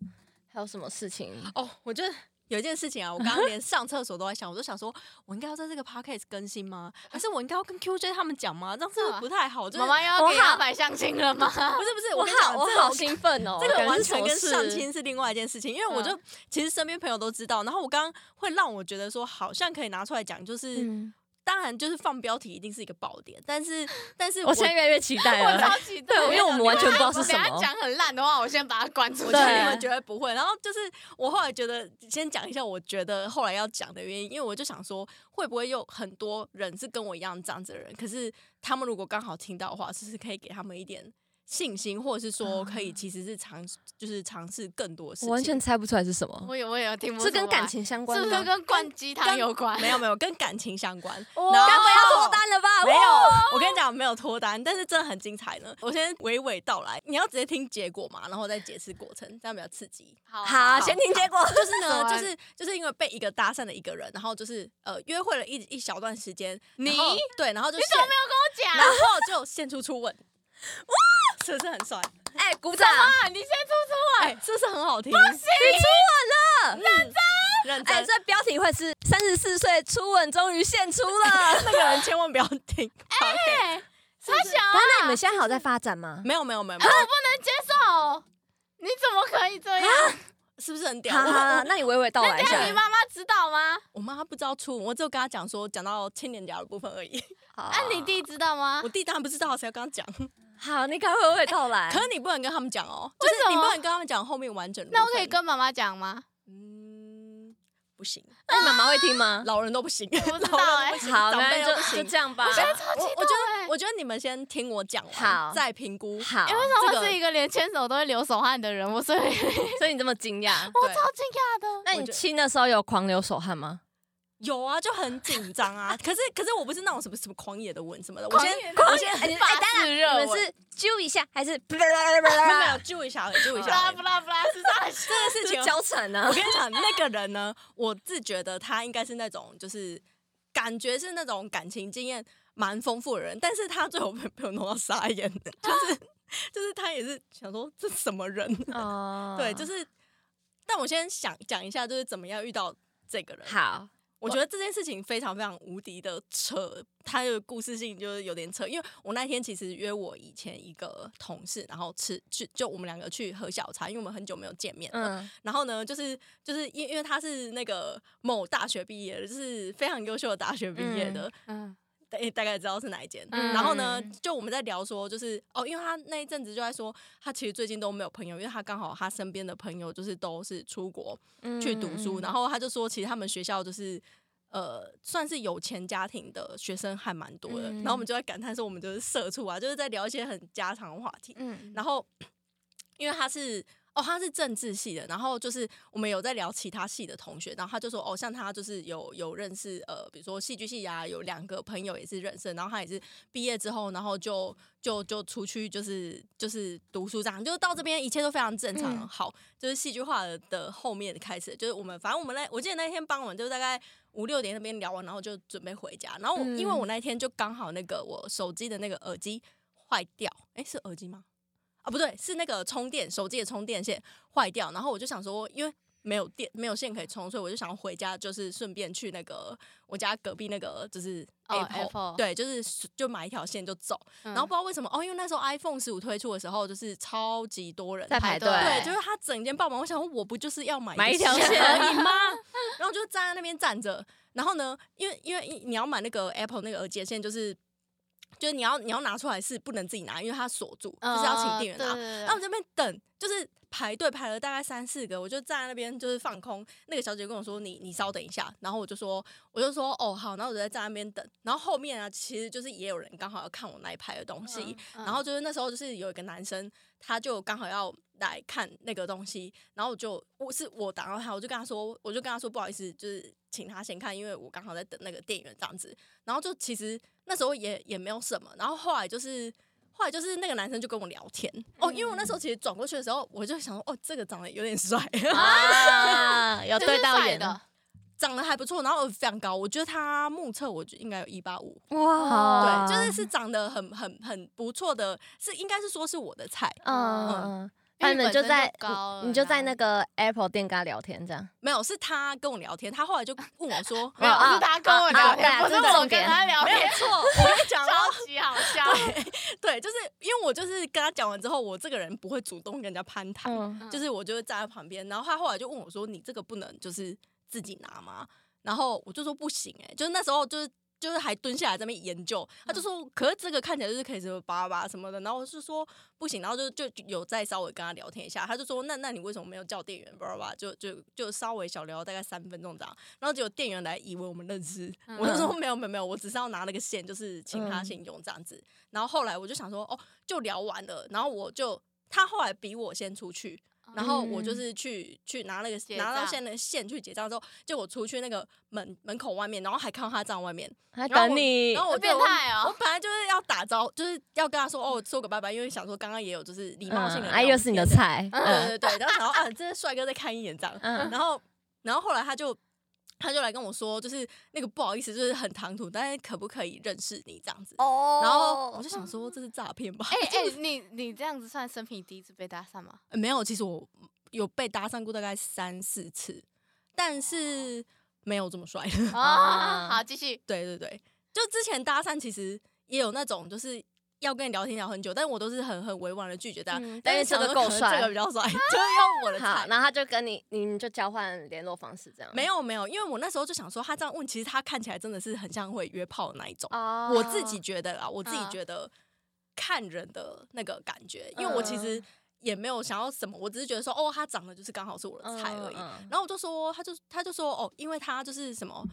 [SPEAKER 3] 还有什么 事情？
[SPEAKER 1] 哦，我觉得。有一件事情啊，我刚刚连上厕所都在想，我都想说，我应该要在这个 podcast 更新吗？还是我应该要跟 QJ 他们讲吗？这样是
[SPEAKER 3] 啊
[SPEAKER 1] 不是不太好？就是啊
[SPEAKER 2] 妈妈又要
[SPEAKER 3] 我
[SPEAKER 2] 给他
[SPEAKER 3] 好
[SPEAKER 2] 摆相亲了 吗？
[SPEAKER 1] 不是不是，
[SPEAKER 3] 我
[SPEAKER 1] 跟你讲
[SPEAKER 3] 好，我
[SPEAKER 1] 这个
[SPEAKER 3] 好兴奋哦！
[SPEAKER 1] 这个
[SPEAKER 3] 感觉
[SPEAKER 1] 完
[SPEAKER 3] 是
[SPEAKER 1] 全跟
[SPEAKER 3] 什么
[SPEAKER 1] 上
[SPEAKER 3] 事
[SPEAKER 1] 亲是另外一件事情，因为我就、
[SPEAKER 2] 嗯
[SPEAKER 1] 其实身边朋友都知道，然后我刚刚会让我觉得说好像可以拿出来讲，就是、
[SPEAKER 3] 嗯，
[SPEAKER 1] 当然就是放标题一定是一个爆点，但 是但是
[SPEAKER 3] 我现在越来越期待
[SPEAKER 2] 我
[SPEAKER 3] 了
[SPEAKER 2] 超。期待
[SPEAKER 3] 对，
[SPEAKER 2] 的，
[SPEAKER 3] 因为我们完全不知道
[SPEAKER 2] 我
[SPEAKER 3] 是
[SPEAKER 2] 等
[SPEAKER 3] 什
[SPEAKER 2] 下
[SPEAKER 3] 么。
[SPEAKER 2] 讲很烂的话，我先把它关出
[SPEAKER 1] 我
[SPEAKER 2] 去。
[SPEAKER 1] 觉得
[SPEAKER 3] 对
[SPEAKER 1] 你们绝对不会。然后就是我后来觉得，先讲一下我觉得后来要讲的原因，因为我就想说，会不会有很多人是跟我一样这样子的人，可是他们如果刚好听到的话，是不是可以给他们一点信心，或者是说可以其实是尝就是尝试更多事情？
[SPEAKER 3] 啊我完全猜不出来是什么，
[SPEAKER 2] 我也我也听不出
[SPEAKER 3] 是
[SPEAKER 2] 来，
[SPEAKER 3] 跟感情相关
[SPEAKER 2] 是不
[SPEAKER 3] 的
[SPEAKER 2] 是
[SPEAKER 3] 吗。
[SPEAKER 2] 跟灌鸡汤
[SPEAKER 1] 跟
[SPEAKER 2] 有关？
[SPEAKER 1] 没有没有跟感情相关。
[SPEAKER 3] 哇
[SPEAKER 1] 然后
[SPEAKER 3] 该不要脱单了吧？
[SPEAKER 1] 没有
[SPEAKER 3] 哇，
[SPEAKER 1] 我跟你讲没有脱单，但是真的很精彩呢。我先娓娓道来，你要直接听结果嘛，然后再解释过程，这样比较刺激。
[SPEAKER 2] 好
[SPEAKER 3] 好，先听结果。
[SPEAKER 1] 就是呢，
[SPEAKER 2] 走完
[SPEAKER 1] 就是就是因为被一个搭讪的一个人，然后就是呃约会了一一小段时间，
[SPEAKER 2] 你
[SPEAKER 1] 然后对，然后就
[SPEAKER 2] 你
[SPEAKER 1] 现
[SPEAKER 2] 怎么没有啊跟我讲？
[SPEAKER 1] 然后就现出初吻，哇，是不是很帅？
[SPEAKER 3] 哎，鼓掌！
[SPEAKER 2] 啊，你先出
[SPEAKER 1] 哎，是不是很好听？你初吻了，认真认
[SPEAKER 3] 哎，
[SPEAKER 1] 真。
[SPEAKER 3] 这标题会是三十四岁初吻终于现出 了。
[SPEAKER 1] 那个人千万不要听，
[SPEAKER 2] 来，哎，他小啊，
[SPEAKER 3] 那那你们现在好在发展吗？
[SPEAKER 1] 没有没有没有，没有
[SPEAKER 2] 接受？哦你怎么可以这
[SPEAKER 1] 啊
[SPEAKER 2] 样？
[SPEAKER 1] 是不是很屌？
[SPEAKER 3] 好
[SPEAKER 1] 我
[SPEAKER 3] 好，好那你娓娓道来一
[SPEAKER 2] 那
[SPEAKER 3] 下
[SPEAKER 2] 你。妈妈知道吗？
[SPEAKER 1] 我妈不知道初吻，我只有跟她讲说讲到千年甲的部分而已。
[SPEAKER 3] 好
[SPEAKER 2] 那啊你弟知道吗
[SPEAKER 1] 啊我？弟当然不知道，谁要跟他讲？
[SPEAKER 3] 好，哎你赶快娓娓道来
[SPEAKER 1] 可。是你不能跟他们讲哦，就
[SPEAKER 2] 为什
[SPEAKER 1] 是
[SPEAKER 2] 么
[SPEAKER 1] 你不能跟他们讲后面完整的部分。
[SPEAKER 2] 那我可以跟妈妈讲吗？
[SPEAKER 1] 嗯，不行，
[SPEAKER 3] 那你妈妈会听吗？
[SPEAKER 1] 老人都不行，
[SPEAKER 2] 我不知
[SPEAKER 1] 老人
[SPEAKER 2] 道哎
[SPEAKER 1] 都不，行
[SPEAKER 3] 好，
[SPEAKER 1] 长辈
[SPEAKER 3] 那
[SPEAKER 1] 都不
[SPEAKER 3] 就就
[SPEAKER 1] 行。
[SPEAKER 3] 这样吧。
[SPEAKER 2] 超
[SPEAKER 1] 我我
[SPEAKER 2] 激动
[SPEAKER 1] 觉
[SPEAKER 2] 哎
[SPEAKER 1] 得，我觉得你们先听我讲
[SPEAKER 3] 好
[SPEAKER 1] 完，再评估。
[SPEAKER 3] 好
[SPEAKER 2] 哎，，为什
[SPEAKER 1] 这
[SPEAKER 2] 么
[SPEAKER 1] 个
[SPEAKER 2] 我是一个连牵手都会流手汗的人？我所以
[SPEAKER 3] 所以你这么惊讶。
[SPEAKER 2] 我
[SPEAKER 1] 对
[SPEAKER 2] 超惊讶的。
[SPEAKER 3] 那
[SPEAKER 1] 我
[SPEAKER 3] 你
[SPEAKER 1] 觉得
[SPEAKER 3] 亲的时候有狂流手汗吗？
[SPEAKER 1] 有啊，就很紧张啊。可是可是我不是那种什么什么狂野的吻什么的，我
[SPEAKER 2] 狂
[SPEAKER 1] 先
[SPEAKER 2] 野的
[SPEAKER 1] 我先
[SPEAKER 3] 哎，你
[SPEAKER 2] 发
[SPEAKER 3] 哎，当
[SPEAKER 2] 自
[SPEAKER 3] 然，
[SPEAKER 2] 热
[SPEAKER 3] 你们是揪一下还是？ 没
[SPEAKER 2] 啊
[SPEAKER 1] 没有揪一下而已，揪一
[SPEAKER 2] 不
[SPEAKER 1] 下
[SPEAKER 2] 啦
[SPEAKER 1] 而已
[SPEAKER 2] 不。啦不啦，是大事。
[SPEAKER 1] 这个事情
[SPEAKER 3] 是交缠啊
[SPEAKER 1] 我。跟你讲，那个人呢，我自觉得他应该是那种，就是感觉是那种感情经验蛮丰富的人，但是他最后被被我弄到傻眼，就是就是他也是想说这什么人，
[SPEAKER 3] 哦
[SPEAKER 1] 对，就是。但我先想讲一下，就是怎么样遇到这个人。
[SPEAKER 3] 好。
[SPEAKER 1] 我觉得这件事情非常非常无敌的扯，他的故事性就是有点扯，因为我那天其实约我以前一个同事，然后吃去就我们两个去喝小茶，因为我们很久没有见面了。
[SPEAKER 3] 嗯，
[SPEAKER 1] 然后呢，就是就是因因为他是那个某大学毕业的，就是非常优秀的大学毕业的，
[SPEAKER 2] 嗯，
[SPEAKER 1] 大、大概知道是哪一间。
[SPEAKER 2] 嗯
[SPEAKER 1] 然后呢，就我们在聊说，就是哦，因为他那一阵子就在说，他其实最近都没有朋友，因为他刚好他身边的朋友就是都是出国去读
[SPEAKER 2] 嗯
[SPEAKER 1] 书，然
[SPEAKER 3] 后
[SPEAKER 1] 后他就说，其实他们学校就是。呃，算是有钱家庭的学生还蛮多的，
[SPEAKER 3] 嗯
[SPEAKER 1] 然后我们就在感叹说，我们就是社畜啊，就是在聊一些很家常的话题。
[SPEAKER 3] 嗯，
[SPEAKER 1] 然后因为他是哦，他是政治系的，然后就是我们有在聊其他系的同学，然后他就说哦，像他就是有有认识呃，比如说戏剧系啊，有两个朋友也是认识，然后他也是毕业之后，然后就就就出去就是就是读书这样，就到这边一切都非常正常。
[SPEAKER 3] 嗯
[SPEAKER 1] 好，就是戏剧化的的后面开始，就是我们反正我们那我记得那天傍晚就大概。五六点那边聊完，然后就准备回家。然后我、因为
[SPEAKER 3] 嗯
[SPEAKER 1] 我那天就刚好那个我手机的那个耳机坏掉，诶，是耳机吗？啊，不对，是那个充电手机的充电线坏掉，然后我就想说，因为没有电，没有线可以充，所以我就想要回家，就是顺便去那个我家隔壁那个就是
[SPEAKER 2] 哦
[SPEAKER 1] Apple，,、
[SPEAKER 2] Apple
[SPEAKER 1] 对，就是就买一条线就走。
[SPEAKER 2] 嗯
[SPEAKER 1] 然后不知道为什么，哦，因为那时候 iPhone 十五推出的时候，就是超级多人
[SPEAKER 3] 在
[SPEAKER 2] 排
[SPEAKER 3] 排
[SPEAKER 2] 队
[SPEAKER 3] 队，
[SPEAKER 1] 对，就是他整间爆满。我想说，我不就是要买
[SPEAKER 3] 买一条
[SPEAKER 1] 线
[SPEAKER 3] 线
[SPEAKER 1] 而已吗？然后我就站在那边站着，然后呢，因为因为你要买那个 Apple 那个耳机的线，就是就是你要你要拿出来是不能自己拿，因为它锁住，就是要请店员拿。
[SPEAKER 2] 哦对
[SPEAKER 1] 那我们这边等就是排队排了大概三四个，我就站在那边就是放空。那个小姐跟我说：“你你稍等一下。”然后我就说：“我就说哦好。”然后我就在站那边等。然后后面啊，其实就是也有人刚好要看我那一排的东西，
[SPEAKER 2] 嗯
[SPEAKER 1] 然后就是那时候就是有一个男生，他就刚好要来看那个东西，然后我就我是我打到他，我就跟他说，我就跟他说不好意思，就是请他先看，因为我刚好在等那个店员这样子。然后就其实那时候也也没有什么，然后后来就是。后来就是那个男生就跟我聊天哦，因为我那时候其实转过去的时候，我就想说哦，这个长得有点帅，
[SPEAKER 3] 啊，有
[SPEAKER 2] 这是
[SPEAKER 3] 对到
[SPEAKER 2] 帅
[SPEAKER 3] 眼
[SPEAKER 2] 的，
[SPEAKER 1] 长得还不错，然后非常高，我觉得他目测我觉得应该有一八五，
[SPEAKER 3] 哇
[SPEAKER 1] 对，就是是长得很很很不错的，是应该是说是我的菜，
[SPEAKER 3] 嗯，
[SPEAKER 2] 因
[SPEAKER 3] 那
[SPEAKER 2] 为
[SPEAKER 3] 你
[SPEAKER 2] 本
[SPEAKER 3] 们就
[SPEAKER 2] 身
[SPEAKER 3] 在
[SPEAKER 2] 高了
[SPEAKER 3] 你就在
[SPEAKER 2] 然
[SPEAKER 3] 那
[SPEAKER 2] 后
[SPEAKER 3] 个 Apple 店跟他聊天这样，
[SPEAKER 1] 没有，是他跟我聊天，他后来就问我说
[SPEAKER 2] 没有，
[SPEAKER 3] 啊
[SPEAKER 2] 是他跟我
[SPEAKER 3] 啊
[SPEAKER 2] 聊
[SPEAKER 3] 啊对啊
[SPEAKER 2] 天，不是
[SPEAKER 3] 这是
[SPEAKER 2] 我
[SPEAKER 3] 重
[SPEAKER 2] 跟
[SPEAKER 3] 点
[SPEAKER 2] 他聊
[SPEAKER 1] 没有
[SPEAKER 2] 天，
[SPEAKER 1] 错，我跟你讲哦，
[SPEAKER 2] 超级好笑。
[SPEAKER 1] 对，就是因为我就是跟他讲完之后，我这个人不会主动跟人家攀谈，
[SPEAKER 3] 嗯，
[SPEAKER 2] 嗯
[SPEAKER 1] 就是我就会站在旁边，然后他后来就问我说：“你这个不能就是自己拿吗？”然后我就说不行、哎，就是那时候就是。就是还蹲下来在那边研究，他就说，可是这个看起来就是可以什么叭叭什么的，然后我是说不行，然后就就就有再稍微跟他聊天一下，他就说，那那你为什么没有叫店员叭叭叭，就就就稍微小聊大概三分钟这样，然后结果店员来以为我们认识，
[SPEAKER 2] 嗯
[SPEAKER 1] 我就说没有没有没有，我只是要拿那个线，就是请他先用这样子，然后后来我就想说，哦，就聊完了，然后我就他后来比我先出去，然后我就
[SPEAKER 3] 嗯
[SPEAKER 1] 是去去拿那个
[SPEAKER 2] 结
[SPEAKER 1] 拿到
[SPEAKER 2] 账
[SPEAKER 1] 现在的线去结账之后，就我出去那个门门口外面，然后还看到他站外面，
[SPEAKER 3] 还
[SPEAKER 1] 然后
[SPEAKER 3] 等
[SPEAKER 1] 我
[SPEAKER 3] 你，
[SPEAKER 1] 然后我
[SPEAKER 2] 好
[SPEAKER 1] 就
[SPEAKER 2] 变态哦
[SPEAKER 1] 我本来就是要打招，就是要跟他说哦说个拜拜，因为想说刚刚也有就是礼貌性
[SPEAKER 3] 嗯，
[SPEAKER 1] 的，
[SPEAKER 3] 哎，又是你的，菜，嗯
[SPEAKER 1] 对对对，然后想到啊，这帅哥再看一眼这样，
[SPEAKER 3] 嗯
[SPEAKER 1] 然后然后后来他就。他就来跟我说，就是那个不好意思，就是很唐突，但是可不可以认识你这样子？
[SPEAKER 2] 哦
[SPEAKER 1] 然后我就想说这是诈骗吧？
[SPEAKER 2] 哎哎，你你这样子算生平第一次被搭讪吗？
[SPEAKER 1] 没有，其实我有被搭讪过大概三四次，但是没有这么帅。
[SPEAKER 3] 哦
[SPEAKER 2] 啊，好，继续。
[SPEAKER 1] 对对对，就之前搭讪其实也有那种就是。要跟你聊天聊很久，但我都是很很委婉的拒绝他。
[SPEAKER 3] 嗯
[SPEAKER 1] 但是
[SPEAKER 3] 但是这个
[SPEAKER 1] 想说
[SPEAKER 3] 够
[SPEAKER 1] 可能
[SPEAKER 3] 帅
[SPEAKER 1] 这个比较帅，就是要我的
[SPEAKER 3] 好，
[SPEAKER 1] 菜。
[SPEAKER 3] 然后他就跟你，你们就交换联络方式这样。
[SPEAKER 1] 没有没有，因为我那时候就想说，他这样问，其实他看起来真的是很像会约炮的那一种。
[SPEAKER 3] 哦
[SPEAKER 1] 我自己觉得啊，我自己
[SPEAKER 2] 嗯
[SPEAKER 1] 觉得看人的那个感觉，因为我其
[SPEAKER 3] 嗯
[SPEAKER 1] 实也没有想要什么，我只是觉得说，哦，他长得就是刚好是我的菜而已。
[SPEAKER 3] 嗯
[SPEAKER 1] 然后我就说，他就他就说，哦，因为他就是什么，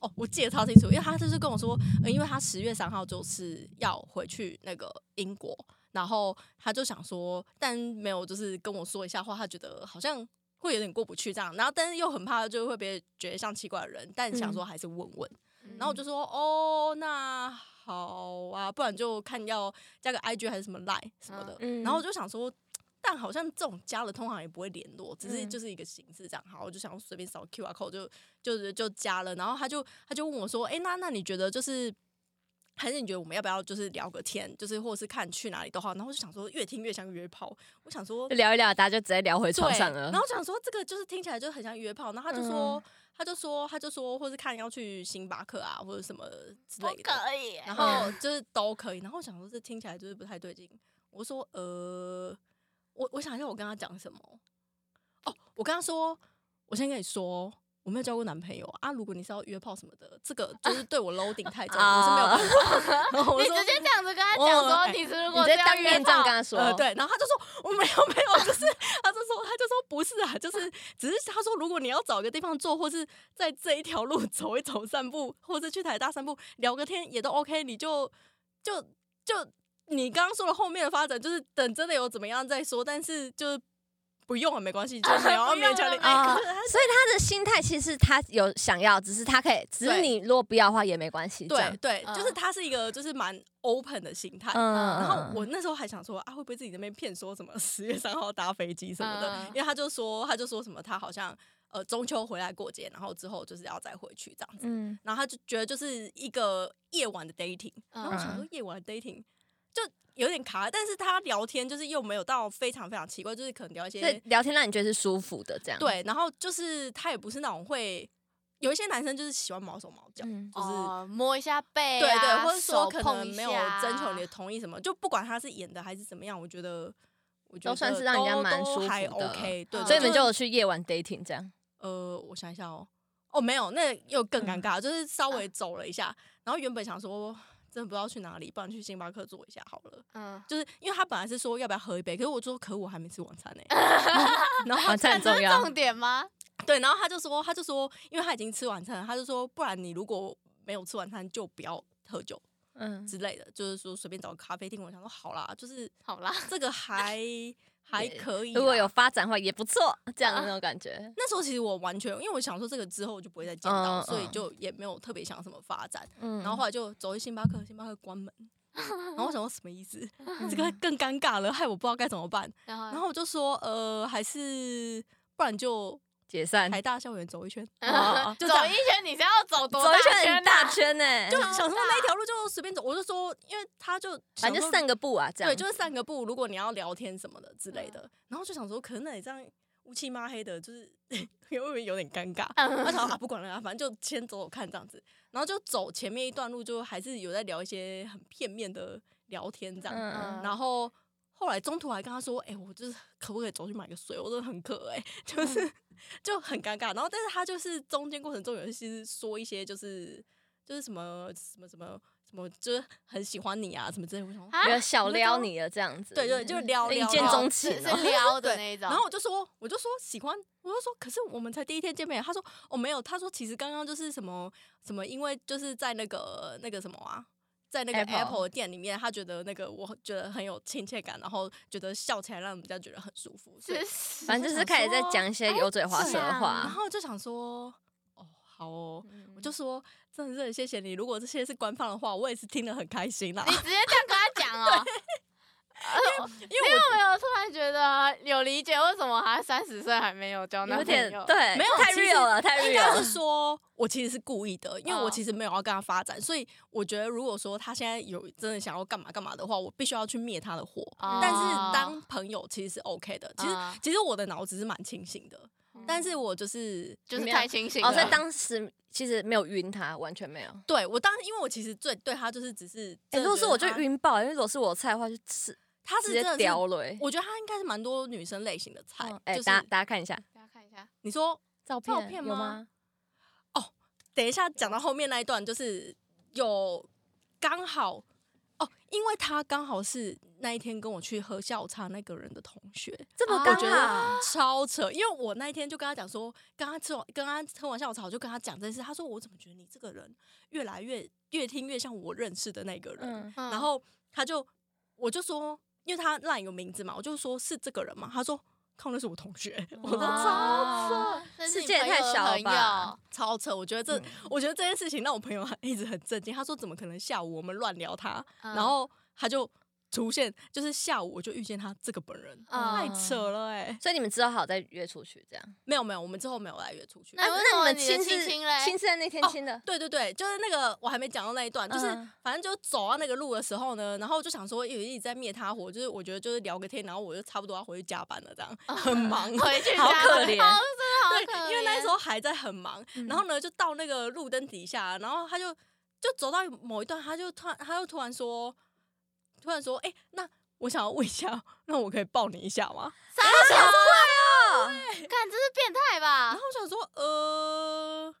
[SPEAKER 1] 哦，我记得超清楚，因为他就是跟我说，呃、因为他十月三号就是要回去那个英国，然后他就想说，但没有就是跟我说一下话，他觉得好像。会有点过不去这样，然后但是又很怕就会被觉得像奇怪的人，但想说还是问问。然后我
[SPEAKER 2] 嗯
[SPEAKER 1] 就说哦，那好啊，不然就看要加个 IG 还是什么 Line 什么的。
[SPEAKER 3] 嗯
[SPEAKER 1] 然后我就想说，但好像这种加了通常也不会联络，只是
[SPEAKER 3] 嗯
[SPEAKER 1] 就是一个形式这样。好，我就想随便扫 QR code 就就是就加了。然后他就他就问我说，哎、那那你觉得就是？还是你觉得我们要不要就是聊个天，就是或者是看去哪里都好，然后我就想说越听越像约炮，我想 说
[SPEAKER 3] 就聊一聊，大家就直接聊
[SPEAKER 1] 对，
[SPEAKER 3] 回床上了。啊嗯
[SPEAKER 1] 然后想说这个就是听起来就很像约炮，然后他就说，他就说，他就说，或是看要去星巴克啊，或者什么之类的，
[SPEAKER 2] 以哦
[SPEAKER 1] 然后就是都可以。然后我想说这听起来就是不太对劲，我说呃，我我想一下我跟他讲什么。哦，我跟他说，我先跟你说。我没有交过男朋友啊！如果你是要约炮什么的，这个就是对我 loading 太重，我是没有办 法。然后我
[SPEAKER 2] 啊你
[SPEAKER 1] 说
[SPEAKER 2] 直接这样子跟他讲
[SPEAKER 1] 哦
[SPEAKER 2] 说，
[SPEAKER 1] 哎
[SPEAKER 2] 你是如
[SPEAKER 3] 你
[SPEAKER 2] 果
[SPEAKER 3] 直
[SPEAKER 2] 是
[SPEAKER 3] 接
[SPEAKER 2] 要
[SPEAKER 3] 当
[SPEAKER 2] 约
[SPEAKER 3] 面这样
[SPEAKER 2] 炮
[SPEAKER 3] 跟，他说，
[SPEAKER 1] 呃，对，然后他就说我没有没有，就是他就说他就说不是啊，就是只是他说如果你要找个地方坐，或是在这一条路走一走散步，或是去台大散步聊个天也都 OK，你就就就你刚刚说的后面的发展，就是等真的有怎么样再说，但是就是不用了没关系， 就没有要
[SPEAKER 2] 不用
[SPEAKER 1] 勉强
[SPEAKER 2] 了
[SPEAKER 1] 你
[SPEAKER 2] 没
[SPEAKER 3] 啊、
[SPEAKER 1] 哎可是
[SPEAKER 3] 所以他的心态其实他有想要，只是他可以，只是
[SPEAKER 1] 对
[SPEAKER 3] 你如果不要的话也没关系。这样
[SPEAKER 1] 对，对，就是
[SPEAKER 2] 嗯
[SPEAKER 1] 他是一个就是蛮 open 的心态，
[SPEAKER 3] 嗯
[SPEAKER 1] 然后我那时候还想说啊，会不会自己那边骗说什么十月三号搭飞机什么的？
[SPEAKER 2] 嗯
[SPEAKER 1] 因为他就说他就说什么他好像呃中秋回来过节，然后之后就是要再回去这样子。
[SPEAKER 3] 嗯，
[SPEAKER 1] 然后他就觉得就是一个夜晚的 dating，然后我想
[SPEAKER 3] 嗯
[SPEAKER 1] 说夜晚的 dating 就有点卡，但是他聊天就是又没有到非常非常奇怪，就是可能聊一
[SPEAKER 3] 所以
[SPEAKER 1] 些
[SPEAKER 3] 聊天让你觉得是舒服的这样。，
[SPEAKER 1] 对，然后就是他也不是那种会有一些男生就是喜欢毛手毛脚，
[SPEAKER 3] 嗯
[SPEAKER 1] 就是
[SPEAKER 2] 哦摸一下背
[SPEAKER 1] 对
[SPEAKER 2] 啊，
[SPEAKER 1] 对，或者说
[SPEAKER 2] 手
[SPEAKER 1] 可
[SPEAKER 2] 碰
[SPEAKER 1] 能
[SPEAKER 2] 一
[SPEAKER 1] 没有
[SPEAKER 2] 下
[SPEAKER 1] 征求你的同意什么，就不管他是演的还是怎么样，我觉得我觉得
[SPEAKER 3] 都算是让人家
[SPEAKER 1] 都
[SPEAKER 3] 蛮
[SPEAKER 1] 都
[SPEAKER 3] 舒服
[SPEAKER 1] 还
[SPEAKER 3] 的
[SPEAKER 1] OK，对，
[SPEAKER 2] 嗯
[SPEAKER 3] 所以你们
[SPEAKER 1] 是
[SPEAKER 3] 就有去夜晚 dating 这样。
[SPEAKER 1] 呃，我想一
[SPEAKER 3] 嗯
[SPEAKER 1] 下哦，哦没有，那又更尴尬，就是稍微走了一下，然后原本想说。真的不知道去哪里，不然去星巴克坐一下好了。
[SPEAKER 2] 嗯，
[SPEAKER 1] 就是因为他本来是说要不要喝一杯，可是我说可我还没吃晚餐呢、 然后
[SPEAKER 3] 晚餐哦很
[SPEAKER 2] 这
[SPEAKER 3] 重
[SPEAKER 2] 是
[SPEAKER 3] 要，
[SPEAKER 2] 重点吗？
[SPEAKER 1] 对，然后他就说他就说，因为他已经吃晚餐了，他就说不然你如果没有吃晚餐就不要喝酒
[SPEAKER 3] 嗯，
[SPEAKER 1] 之类的，就是说随便找个咖啡厅。我想说好啦，就是
[SPEAKER 2] 好啦，
[SPEAKER 1] 这个 还还
[SPEAKER 3] 对
[SPEAKER 1] 可以啦。
[SPEAKER 3] 如果有发展的话也不错，
[SPEAKER 1] 嗯
[SPEAKER 3] 这样的那种感觉，
[SPEAKER 1] 那时候其实我完全，因为我想说这个之后我就不会再见到，
[SPEAKER 3] 嗯
[SPEAKER 1] 所以
[SPEAKER 3] 嗯
[SPEAKER 1] 就也没有特别想什么发展。
[SPEAKER 3] 嗯，
[SPEAKER 1] 然后后来就走去星巴克，星巴克关 门，然后我想说什么意思？嗯这个更尴尬了，害我不知道该怎么办。
[SPEAKER 2] 然后
[SPEAKER 3] 嗯
[SPEAKER 1] 然后我就说，呃，还是不然就
[SPEAKER 3] 解散，
[SPEAKER 1] 台大校园走一圈，
[SPEAKER 3] 哦
[SPEAKER 1] 就这
[SPEAKER 2] 走
[SPEAKER 1] 样
[SPEAKER 2] 一。圈，你是要走多
[SPEAKER 3] 走一圈
[SPEAKER 2] 圈啊
[SPEAKER 3] 很
[SPEAKER 2] 呢、
[SPEAKER 3] 哎大圈呢、
[SPEAKER 1] 啊就想说那一条路就随便走，我就说，因为他就
[SPEAKER 3] 反正就
[SPEAKER 1] 想说
[SPEAKER 3] 散个步啊，这样嗯
[SPEAKER 1] 对，就是散个步，如果你要聊天什么的之类的，然后就想说，可能那里这样乌漆嘛黑的，就是 有有有点尴尬。
[SPEAKER 3] 嗯
[SPEAKER 1] 我想说啊，不管了啊，反正就先走走看这样子，然后就走前面一段路，就还是有在聊一些很片面的聊天这样。
[SPEAKER 3] 嗯
[SPEAKER 1] 然后后来中途还跟他说，哎、我就是可不可以走去买个水？我真的很渴哎、
[SPEAKER 3] 嗯
[SPEAKER 1] 就是就很尴尬。然后但是他就是中间过程中有一些说一些就是就是什么什么什么什么，就是很喜欢你啊什么之类的。我想说
[SPEAKER 2] 啊
[SPEAKER 3] 有小撩你了这样子，
[SPEAKER 1] 对对，就撩
[SPEAKER 3] 一
[SPEAKER 1] 撩
[SPEAKER 3] 见
[SPEAKER 1] 到
[SPEAKER 3] 钟情
[SPEAKER 2] 是
[SPEAKER 3] 哦
[SPEAKER 2] 是撩的
[SPEAKER 1] 对
[SPEAKER 2] 那一种。
[SPEAKER 1] 然后我就说，我就说喜欢，我就说，可是我们才第一天见面。他说哦没有，他说其实刚刚就是什么什么，因为就是在那个那个什么啊，在那个
[SPEAKER 3] Apple
[SPEAKER 1] Apple 的店里面，他觉得那个我觉得很有亲切感，然后觉得笑起来让人家觉得很舒服，所以
[SPEAKER 2] 是
[SPEAKER 3] 反正就是开始在讲一些油嘴滑舌
[SPEAKER 2] 这
[SPEAKER 3] 的
[SPEAKER 2] 样
[SPEAKER 1] 然
[SPEAKER 3] 话，
[SPEAKER 1] 后就想说哦好哦，我就说真的真的谢谢你，如果这些是官方的话，我也是听得很开心啊啦
[SPEAKER 2] 你，直接这样跟他讲哦。
[SPEAKER 1] 因为
[SPEAKER 2] 因为我有突然觉得有理解为什么他三十岁还没有交男
[SPEAKER 3] 有
[SPEAKER 2] 朋
[SPEAKER 3] 点
[SPEAKER 2] 友。嗯
[SPEAKER 3] 对，
[SPEAKER 1] 没有
[SPEAKER 3] 太
[SPEAKER 1] 其实
[SPEAKER 3] real 了，太
[SPEAKER 1] 我应
[SPEAKER 3] real
[SPEAKER 1] 该
[SPEAKER 3] 了，
[SPEAKER 1] 是说， 我其实是故意的，因为我
[SPEAKER 2] 哦
[SPEAKER 3] 嗯
[SPEAKER 1] 其实没有要跟他发展，所以我觉得如果说他现在有真的想要干嘛干嘛的话，我必须要去灭他的火。
[SPEAKER 2] 哦
[SPEAKER 1] 但是当朋友其实是 OK 的，其实、
[SPEAKER 3] 嗯
[SPEAKER 2] 哦
[SPEAKER 1] 其实我的脑子是蛮清醒的，但是我就是
[SPEAKER 2] 就是
[SPEAKER 3] 没有
[SPEAKER 2] 太清醒了。
[SPEAKER 3] 哦，在当时其实没有晕他，完全没有。
[SPEAKER 1] 对我当，因为我其实最对他就是只是，
[SPEAKER 3] 哎、如果是我就
[SPEAKER 1] 真的觉得他，
[SPEAKER 3] 晕爆，因为如果是我的菜的话，就是
[SPEAKER 1] 他
[SPEAKER 3] 直
[SPEAKER 1] 是真
[SPEAKER 3] 接
[SPEAKER 1] 的
[SPEAKER 3] 屌
[SPEAKER 1] 是，
[SPEAKER 3] 了、欸。
[SPEAKER 1] 我觉得他应该是蛮多女生类型的菜，
[SPEAKER 3] 嗯哎、
[SPEAKER 1] 就是
[SPEAKER 3] 大家大家看一下
[SPEAKER 2] 大家看一下，
[SPEAKER 1] 你说
[SPEAKER 3] 照
[SPEAKER 1] 片
[SPEAKER 3] 片
[SPEAKER 1] 有
[SPEAKER 3] 有
[SPEAKER 1] 吗？等一下讲到后面那一段，就是有刚好哦，因为他刚好是那一天跟我去喝下午茶那个人的同学，
[SPEAKER 3] 这么
[SPEAKER 2] 啊
[SPEAKER 3] 刚
[SPEAKER 2] 我觉
[SPEAKER 1] 得
[SPEAKER 3] 好，
[SPEAKER 1] 超扯。因为我那一天就跟他讲说，跟他吃完跟他喝完下午茶，我就跟他讲这件事。他说我怎么觉得你这个人越来越越听越像我认识的那个人，
[SPEAKER 3] 嗯，
[SPEAKER 1] 然后他就我就说，因为他赖有名字嘛，我就说是这个人嘛，他说。靠，那是我同学，我说
[SPEAKER 3] 哦
[SPEAKER 1] 超扯，
[SPEAKER 2] 哇这哦是
[SPEAKER 3] 世
[SPEAKER 2] 你
[SPEAKER 3] 界也
[SPEAKER 2] 朋
[SPEAKER 3] 太
[SPEAKER 2] 友的
[SPEAKER 3] 小了
[SPEAKER 2] 朋
[SPEAKER 3] 吧
[SPEAKER 2] 友
[SPEAKER 1] 超扯！我觉得这，我觉得这件事情让我朋友 一直很震惊。他说：“怎么可能下午我们乱聊他？”
[SPEAKER 2] 嗯
[SPEAKER 1] 然后他就出现，就是下午我就遇见他这个本人，
[SPEAKER 2] 嗯
[SPEAKER 1] 太扯了哎、
[SPEAKER 3] 所以你们之后好再约出去这样。
[SPEAKER 1] 没有没有，我们之后没有来约出去。
[SPEAKER 2] 那为什
[SPEAKER 3] 啊你
[SPEAKER 2] 么
[SPEAKER 3] 们
[SPEAKER 2] 你的
[SPEAKER 3] 亲
[SPEAKER 2] 亲
[SPEAKER 3] 是
[SPEAKER 2] 亲嘞
[SPEAKER 3] 亲是在那天
[SPEAKER 1] 哦
[SPEAKER 3] 亲的，
[SPEAKER 1] 对对对，就是那个我还没讲到那一段，就是
[SPEAKER 3] 嗯
[SPEAKER 1] 反正就走到那个路的时候呢，然后就想说有一直在灭他火，就是我觉得就是聊个天，然后我就差不多要回去加班了，这样很
[SPEAKER 2] 嗯
[SPEAKER 1] 忙，
[SPEAKER 2] 回去
[SPEAKER 3] 好
[SPEAKER 2] 家
[SPEAKER 3] 可
[SPEAKER 2] 好真
[SPEAKER 3] 怜
[SPEAKER 2] 的好可怜。
[SPEAKER 1] 对，因为那时候还在很忙，然
[SPEAKER 3] 嗯
[SPEAKER 1] 后呢就到那个路灯底下，然后他就就走到某一段，他就突然他就突然说，突然说，哎、那我想要问一下，那我可以抱你一下吗？
[SPEAKER 2] 三
[SPEAKER 1] 哎
[SPEAKER 2] 十岁哦，看这是变态
[SPEAKER 1] 然
[SPEAKER 2] 吧
[SPEAKER 1] 后？我想说，呃，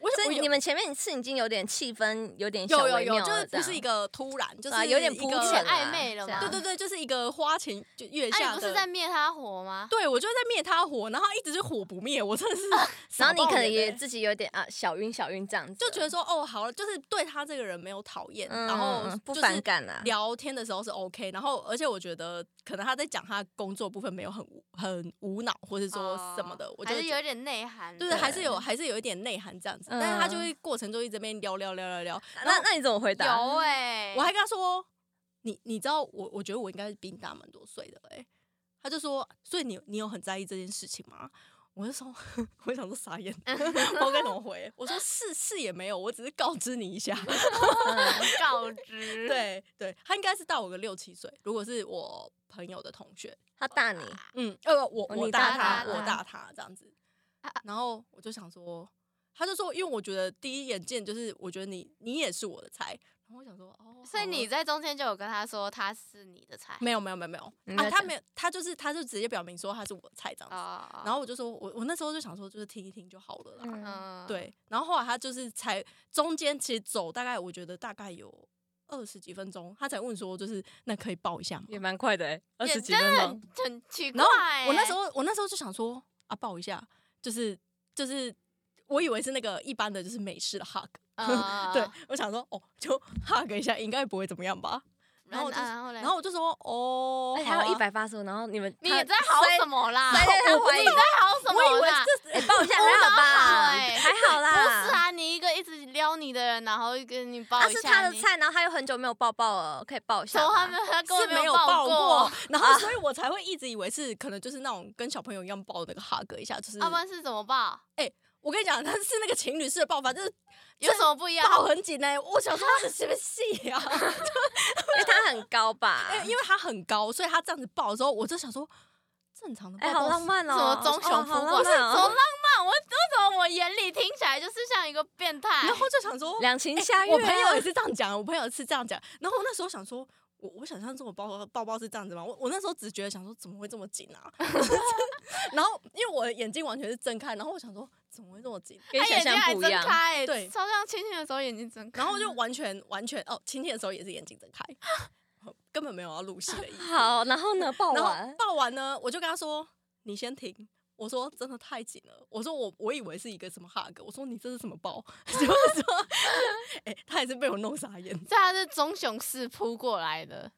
[SPEAKER 1] 我想
[SPEAKER 3] 所
[SPEAKER 1] 我
[SPEAKER 3] 以
[SPEAKER 1] 有
[SPEAKER 3] 你们前面是已经有点气氛，有点小
[SPEAKER 1] 有有
[SPEAKER 3] 微妙
[SPEAKER 1] 有，
[SPEAKER 3] 了
[SPEAKER 1] 就是
[SPEAKER 3] 这
[SPEAKER 1] 不
[SPEAKER 3] 样
[SPEAKER 1] 是一个突然，就
[SPEAKER 3] 啊
[SPEAKER 1] 是
[SPEAKER 3] 有点
[SPEAKER 1] 一
[SPEAKER 3] 铺
[SPEAKER 1] 个
[SPEAKER 3] 陈
[SPEAKER 2] 暧
[SPEAKER 3] 啊
[SPEAKER 2] 昧了
[SPEAKER 3] 这
[SPEAKER 2] 嘛
[SPEAKER 3] 样
[SPEAKER 1] 对对对，就是一个花前就
[SPEAKER 3] 啊
[SPEAKER 1] 月
[SPEAKER 2] 哎，
[SPEAKER 1] 下
[SPEAKER 2] 你不
[SPEAKER 1] 的。
[SPEAKER 2] 是在灭他火吗？
[SPEAKER 1] 对，我就在灭他火，然后一直是火不灭，我真的是
[SPEAKER 3] 哦然
[SPEAKER 1] 傻
[SPEAKER 3] 后
[SPEAKER 1] 爆眼欸。
[SPEAKER 3] 你可能也自己有点啊小晕小晕这样子了，
[SPEAKER 1] 就觉得说，哦，好了，就是对他这个人没有讨厌，
[SPEAKER 3] 嗯
[SPEAKER 1] 然后
[SPEAKER 3] 嗯不
[SPEAKER 1] 就是
[SPEAKER 3] 反感啊
[SPEAKER 1] 聊天的时候是 OK，然后而且我觉得可能他在讲他工作部分没有很无很无脑，或是说什么的，
[SPEAKER 2] 哦
[SPEAKER 1] 我就
[SPEAKER 2] 还
[SPEAKER 1] 会
[SPEAKER 2] 是
[SPEAKER 1] 觉
[SPEAKER 2] 有
[SPEAKER 1] 得。
[SPEAKER 2] 点内涵的。
[SPEAKER 1] 对，还是有还是有一点内涵这样子，但是他就
[SPEAKER 3] 嗯
[SPEAKER 1] 会过程中一直在那边聊聊聊聊聊，
[SPEAKER 3] 那那你怎么回答？
[SPEAKER 2] 有哎，
[SPEAKER 1] 我还跟他说，你你知道我我觉得我应该比你大蛮多岁的哎、他就说，所以你你有很在意这件事情吗？我就说， 我想说傻眼，不知道该怎么回。我说是是也没有，我只是告知你一下。
[SPEAKER 3] 嗯
[SPEAKER 2] 告知，
[SPEAKER 1] 对对，他应该是大我个六七岁，如果是我朋友的同学，
[SPEAKER 3] 他大你，
[SPEAKER 1] 嗯，呃，我
[SPEAKER 3] 哦
[SPEAKER 1] 我
[SPEAKER 3] 你
[SPEAKER 1] 大
[SPEAKER 2] 大
[SPEAKER 1] 他，
[SPEAKER 2] 他
[SPEAKER 1] 我
[SPEAKER 2] 嗯啊
[SPEAKER 1] 大他这样子，然后我就想说，他就说，因为我觉得第一眼见就是，我觉得你你也是我的菜，然后我想说，哦，
[SPEAKER 2] 所以
[SPEAKER 1] 好啊
[SPEAKER 2] 你在中间就有跟他说他是你的菜
[SPEAKER 1] 没有没有没有没有
[SPEAKER 3] 你
[SPEAKER 1] 啊，
[SPEAKER 3] 在
[SPEAKER 1] 他
[SPEAKER 3] 讲
[SPEAKER 1] 没有，他就是他就直接表明说他是我的菜这样子，
[SPEAKER 2] 哦，
[SPEAKER 1] 然后我就说我我那时候就想说就是听一听就好了啦，
[SPEAKER 3] 嗯，
[SPEAKER 2] 嗯，
[SPEAKER 1] 对，然后后来他就是才中间其实走大概我觉得大概有二十几分钟，他才问说就是那可以抱一下吗？
[SPEAKER 3] 也蛮快的、欸，二
[SPEAKER 2] 也
[SPEAKER 3] 十几
[SPEAKER 2] 真
[SPEAKER 3] 分
[SPEAKER 2] 的
[SPEAKER 3] 钟
[SPEAKER 2] 很。很奇怪
[SPEAKER 1] 然后
[SPEAKER 2] 欸、
[SPEAKER 1] 我那
[SPEAKER 3] 哎
[SPEAKER 1] 时候我那时候就想说啊抱一下，就是就是我以为是那个一般的就是美式的 hug，、
[SPEAKER 3] 啊
[SPEAKER 2] 呃，
[SPEAKER 1] 对我想说哦就 hug 一下应该不会怎么样吧，然后我就
[SPEAKER 2] 啊然后嘞
[SPEAKER 1] 然后我就说哦，
[SPEAKER 3] 哎，还有一
[SPEAKER 1] 百。
[SPEAKER 3] 百八十五，然后你们
[SPEAKER 2] 你
[SPEAKER 3] 他
[SPEAKER 2] 也在好
[SPEAKER 3] 塞
[SPEAKER 2] 什么啦？
[SPEAKER 3] 塞在他怀里
[SPEAKER 2] 你在好什
[SPEAKER 1] 我以
[SPEAKER 2] 么
[SPEAKER 1] 为
[SPEAKER 2] 啦？
[SPEAKER 1] 这
[SPEAKER 3] 哎抱一下还好吧，
[SPEAKER 2] 不知道欸
[SPEAKER 3] 还好
[SPEAKER 2] 不
[SPEAKER 3] 啦。
[SPEAKER 2] 是，啊，你一个一直撩你的人，然后跟
[SPEAKER 1] 啊
[SPEAKER 2] 你抱
[SPEAKER 3] 他
[SPEAKER 2] 一
[SPEAKER 3] 啊是
[SPEAKER 2] 下，
[SPEAKER 3] 他的
[SPEAKER 2] 你，啊
[SPEAKER 3] 菜，然后他又很久没有抱抱了，可以抱一下
[SPEAKER 2] 从
[SPEAKER 3] 吧。
[SPEAKER 2] 他们他根
[SPEAKER 1] 是
[SPEAKER 2] 本
[SPEAKER 1] 没有
[SPEAKER 2] 有抱
[SPEAKER 1] 抱过，然后
[SPEAKER 3] 啊
[SPEAKER 1] 所以我才会一直以为是可能就是那种跟小朋友一样抱那个哈格一下，就是
[SPEAKER 3] 啊
[SPEAKER 2] 要不然是怎么抱？
[SPEAKER 1] 我跟你讲，他是那个情侣式的抱法，就是
[SPEAKER 2] 有什么不一样？
[SPEAKER 1] 抱很紧呢、 我想说他是什么戏啊？
[SPEAKER 3] 因为他很高吧？
[SPEAKER 1] 因为因为他很高，所以他这样子抱的时候，我就想说正常的抱
[SPEAKER 3] 哎，
[SPEAKER 1] 抱
[SPEAKER 3] 好
[SPEAKER 1] 是
[SPEAKER 3] 浪漫哦，
[SPEAKER 2] 什么棕熊
[SPEAKER 3] 哦
[SPEAKER 2] 扑
[SPEAKER 3] 好
[SPEAKER 2] 过？
[SPEAKER 3] 浪
[SPEAKER 2] 是什么
[SPEAKER 3] 漫
[SPEAKER 2] 浪
[SPEAKER 3] 哦，
[SPEAKER 2] 漫？我为什么我眼里听起来就是像一个变 态？
[SPEAKER 3] 哎
[SPEAKER 1] 然后就想说，
[SPEAKER 3] 两情相悦啊。
[SPEAKER 1] 我朋友也是这样讲，我朋友是这样讲。然后我那时候想说，我我想象中我包包包是这样子吗？我我那时候只觉得想说，怎么会这么紧啊？ 然后因为我的眼睛完全是睁开，然后我想说，怎么会这么紧？
[SPEAKER 3] 跟
[SPEAKER 2] 他
[SPEAKER 3] 想
[SPEAKER 2] 眼睛还
[SPEAKER 3] 象不一
[SPEAKER 2] 睁
[SPEAKER 3] 样。
[SPEAKER 2] 开欸，
[SPEAKER 1] 对
[SPEAKER 2] 超像亲亲的时候眼睛睁开，
[SPEAKER 1] 然后就完全完全哦，亲亲的时候也是眼睛睁开，根本没有要入戏的意思。
[SPEAKER 3] 好，然后呢？抱
[SPEAKER 1] 然
[SPEAKER 3] 完
[SPEAKER 1] 后抱完呢，我就跟他说：“你先停。”我说：“真的太紧了。”我说我：“我以为是一个什么 hug。”我说：“你这是什么抱？” 就是说， 哎、他也是被我弄傻眼，
[SPEAKER 2] 这他是棕熊式扑过来的，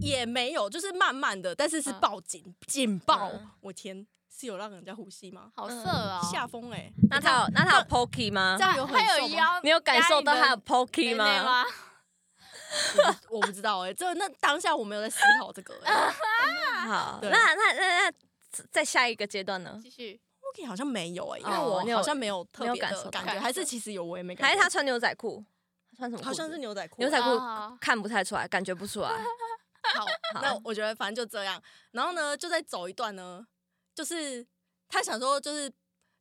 [SPEAKER 1] 也没有，就是慢慢的，但是是
[SPEAKER 2] 嗯
[SPEAKER 1] 抱紧紧抱。
[SPEAKER 3] 嗯
[SPEAKER 1] 我天，是有让人家呼吸吗？
[SPEAKER 2] 好色
[SPEAKER 3] 嗯
[SPEAKER 2] 哦。
[SPEAKER 1] 下风哎、
[SPEAKER 3] 那他有那他有 pokey 吗
[SPEAKER 1] 这？样有很
[SPEAKER 2] 他有
[SPEAKER 1] 瘦吗
[SPEAKER 2] 腰，
[SPEAKER 3] 你有感受到他有
[SPEAKER 2] 内
[SPEAKER 3] pokey
[SPEAKER 2] 内
[SPEAKER 3] 吗？
[SPEAKER 2] 吗？
[SPEAKER 1] 我不知道哎、这那当下我没有在思考这个、哎
[SPEAKER 3] 啊好，
[SPEAKER 1] 对
[SPEAKER 3] 那那那那在下一个阶段呢？
[SPEAKER 2] 继 续，
[SPEAKER 1] OK，好像没有哎、因为
[SPEAKER 3] 哦
[SPEAKER 1] 我
[SPEAKER 3] 你有
[SPEAKER 1] 好像没有
[SPEAKER 3] 没
[SPEAKER 1] 特
[SPEAKER 3] 有
[SPEAKER 1] 别
[SPEAKER 3] 感受
[SPEAKER 1] 的
[SPEAKER 3] 到
[SPEAKER 1] 感觉，还是其实有我也没感
[SPEAKER 3] 还
[SPEAKER 1] 觉。
[SPEAKER 3] 是他穿牛仔裤？他穿什么裤子？
[SPEAKER 1] 好像是牛仔裤，
[SPEAKER 3] 牛仔裤
[SPEAKER 2] 啊
[SPEAKER 3] 看不太出来，感觉不出来。
[SPEAKER 1] 好，
[SPEAKER 3] 好
[SPEAKER 1] 那我觉得反正就这样。然后呢，就在走一段呢，就是他想说就是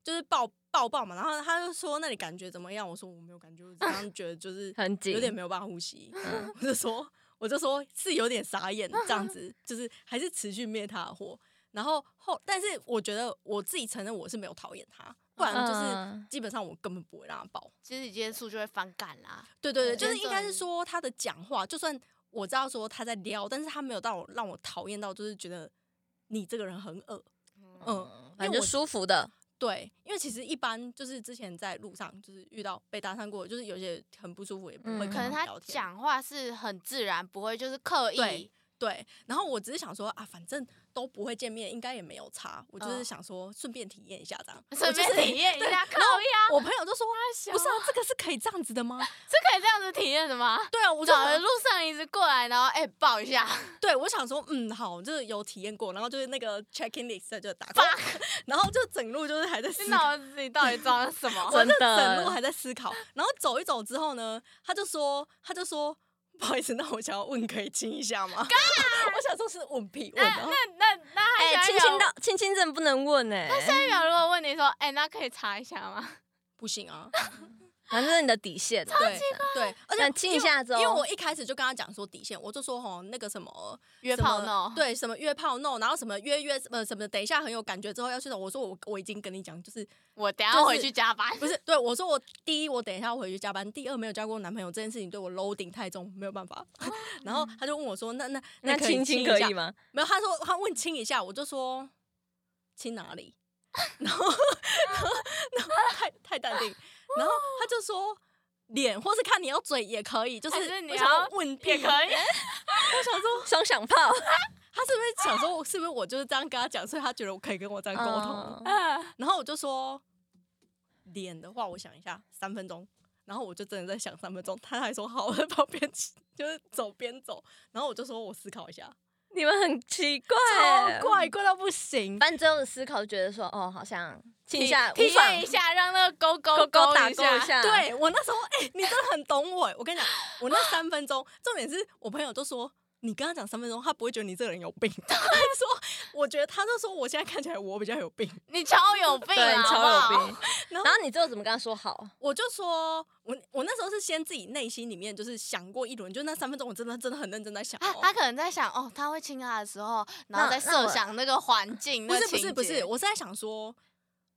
[SPEAKER 1] 就是抱抱抱嘛，然后他就说那你感觉怎么样？我说我没有感觉，我只是觉得就是
[SPEAKER 3] 很紧
[SPEAKER 1] 有点没有办法呼吸。
[SPEAKER 3] 嗯
[SPEAKER 1] 我就说我就说是有点傻眼这样子，就是还是持续灭他的火。然后后，但是我觉得我自己承认我是没有讨厌他，不然就是
[SPEAKER 3] 嗯
[SPEAKER 1] 基本上我根本不会让他抱。
[SPEAKER 2] 肢体接触就会反感啦。
[SPEAKER 1] 对对对，
[SPEAKER 2] 对
[SPEAKER 1] 就是
[SPEAKER 2] 那
[SPEAKER 1] 应该是
[SPEAKER 2] 种
[SPEAKER 1] 说他的讲话，就算我知道说他在撩，但是他没有到让我讨厌到，就是觉得你这个人很恶。嗯，
[SPEAKER 3] 反
[SPEAKER 1] 因为
[SPEAKER 3] 正就
[SPEAKER 1] 我
[SPEAKER 3] 舒服的。
[SPEAKER 1] 对，因为其实一般就是之前在路上就是遇到被搭讪过，就是有些很不舒服，也不会
[SPEAKER 3] 嗯
[SPEAKER 1] 跟
[SPEAKER 2] 可能
[SPEAKER 1] 他
[SPEAKER 2] 他
[SPEAKER 1] 聊天。
[SPEAKER 2] 讲话是很自然，不会就是刻
[SPEAKER 1] 对
[SPEAKER 2] 意。
[SPEAKER 1] 对，然后我只是想说啊，反正都不会见面，应该也没有差。我就是
[SPEAKER 2] 嗯
[SPEAKER 1] 想说顺便体验一下这样。我
[SPEAKER 2] 随
[SPEAKER 1] 就
[SPEAKER 2] 便
[SPEAKER 1] 是
[SPEAKER 2] 体验一
[SPEAKER 1] 对
[SPEAKER 2] 下，靠呀，
[SPEAKER 1] 我朋友就说
[SPEAKER 2] 小
[SPEAKER 1] 不是啊，这个是可以这样子的吗？
[SPEAKER 2] 是可以这样子体验的吗？
[SPEAKER 1] 对啊，我
[SPEAKER 2] 我
[SPEAKER 1] 就
[SPEAKER 2] 走
[SPEAKER 1] 想
[SPEAKER 2] 的路上一直过来，然后哎、抱一下，
[SPEAKER 1] 对，我想说，嗯，好，就是有体验过，然后就是那个 check in list 就打开， 然后就整路就是还在思
[SPEAKER 2] 你
[SPEAKER 1] 考，
[SPEAKER 2] 脑子里到底装了什么？
[SPEAKER 1] 我就
[SPEAKER 3] 真的
[SPEAKER 1] 整路还在思考，然后走一走之后呢，他就说，他就说， 不好意思，那我想要问，可以亲一下吗？ 我想说是问屁问，
[SPEAKER 3] 啊
[SPEAKER 1] 然后
[SPEAKER 2] 那那
[SPEAKER 3] 哎，
[SPEAKER 2] 他下一
[SPEAKER 3] 亲
[SPEAKER 2] 秒
[SPEAKER 3] 亲到亲亲真的不能问哎，
[SPEAKER 2] 下一秒如果问你说，哎、那可以查一下吗？
[SPEAKER 1] 不行啊，
[SPEAKER 3] 反正是你的底线。
[SPEAKER 1] 对对，而且
[SPEAKER 3] 但哦亲
[SPEAKER 1] 因
[SPEAKER 3] 一
[SPEAKER 1] 为。
[SPEAKER 3] 下之
[SPEAKER 1] 因
[SPEAKER 3] 后，
[SPEAKER 1] 为我一开始就跟他讲说底线，我就说吼那个什么
[SPEAKER 2] 约
[SPEAKER 1] 什么
[SPEAKER 2] 炮 no，，
[SPEAKER 1] 对，什么约炮 no，然后什么约约什么什么，等一下很有感觉之后要去找我说我我已经跟你讲，就是
[SPEAKER 2] 我等一下
[SPEAKER 1] 就是
[SPEAKER 2] 回去加班。
[SPEAKER 1] 不是，对我说我第一，我等一下回去加班；第二，没有交过男朋友这件事情对我 loading 太重，没有办法。然后他就问我说：“那那
[SPEAKER 3] 那
[SPEAKER 1] 可以
[SPEAKER 3] 亲
[SPEAKER 1] 亲
[SPEAKER 3] 亲可
[SPEAKER 1] 一下
[SPEAKER 3] 以？”吗？
[SPEAKER 1] 没有，他说他问亲一下，我就说亲哪里， 然后然后然后太太淡定，然后他就说脸或是看你要嘴也可以，就
[SPEAKER 2] 还
[SPEAKER 1] 是
[SPEAKER 2] 是你
[SPEAKER 1] 我想
[SPEAKER 2] 要
[SPEAKER 1] 问
[SPEAKER 2] 也可
[SPEAKER 1] 以。
[SPEAKER 2] 以，
[SPEAKER 3] 双响炮，
[SPEAKER 1] 他是不是想说是不是我就是这样跟他讲，所以他觉得我可以跟我这样沟通？
[SPEAKER 3] 嗯
[SPEAKER 2] 嗯
[SPEAKER 1] 然后我就说脸的话，我想一下，三分钟。然后我就真的在想三分钟，他还说好，我在旁边就是走边走。然后我就说我思考一下，
[SPEAKER 3] 你们很奇怪欸
[SPEAKER 1] 超。怪怪到不行。
[SPEAKER 3] 反正最后的思考就觉得说，哦，好像亲一下，
[SPEAKER 2] 体
[SPEAKER 3] 无妨
[SPEAKER 2] 验一下，让那个勾勾
[SPEAKER 3] 勾勾打
[SPEAKER 2] 一
[SPEAKER 3] 勾一下，，
[SPEAKER 1] 对我那时候，哎、你真的很懂我。我跟你讲，我那三分钟，重点是我朋友就说。你跟他讲三分钟，他不会觉得你这个人有病。 他还说，我觉得他就说我现在看起来我比较有病。
[SPEAKER 2] 你超有病
[SPEAKER 3] 对，
[SPEAKER 2] 啊，
[SPEAKER 3] 你
[SPEAKER 2] 好不
[SPEAKER 3] 超
[SPEAKER 2] 好
[SPEAKER 3] 有病。
[SPEAKER 1] 然后
[SPEAKER 3] 然后你最后怎么跟他说好？
[SPEAKER 1] 我就说，我我那时候是先自己内心里面就是想过一轮，就那三分钟我真的真的很认真在想、
[SPEAKER 2] 他
[SPEAKER 1] 哦。
[SPEAKER 2] 他可能在想哦，他会亲他的时候，然后
[SPEAKER 3] 那
[SPEAKER 2] 在
[SPEAKER 3] 那
[SPEAKER 2] 设
[SPEAKER 3] 我
[SPEAKER 2] 想那个环境，
[SPEAKER 1] 不
[SPEAKER 2] 那
[SPEAKER 1] 是不
[SPEAKER 2] 情
[SPEAKER 1] 是不
[SPEAKER 2] 节
[SPEAKER 1] 是，我是在想说，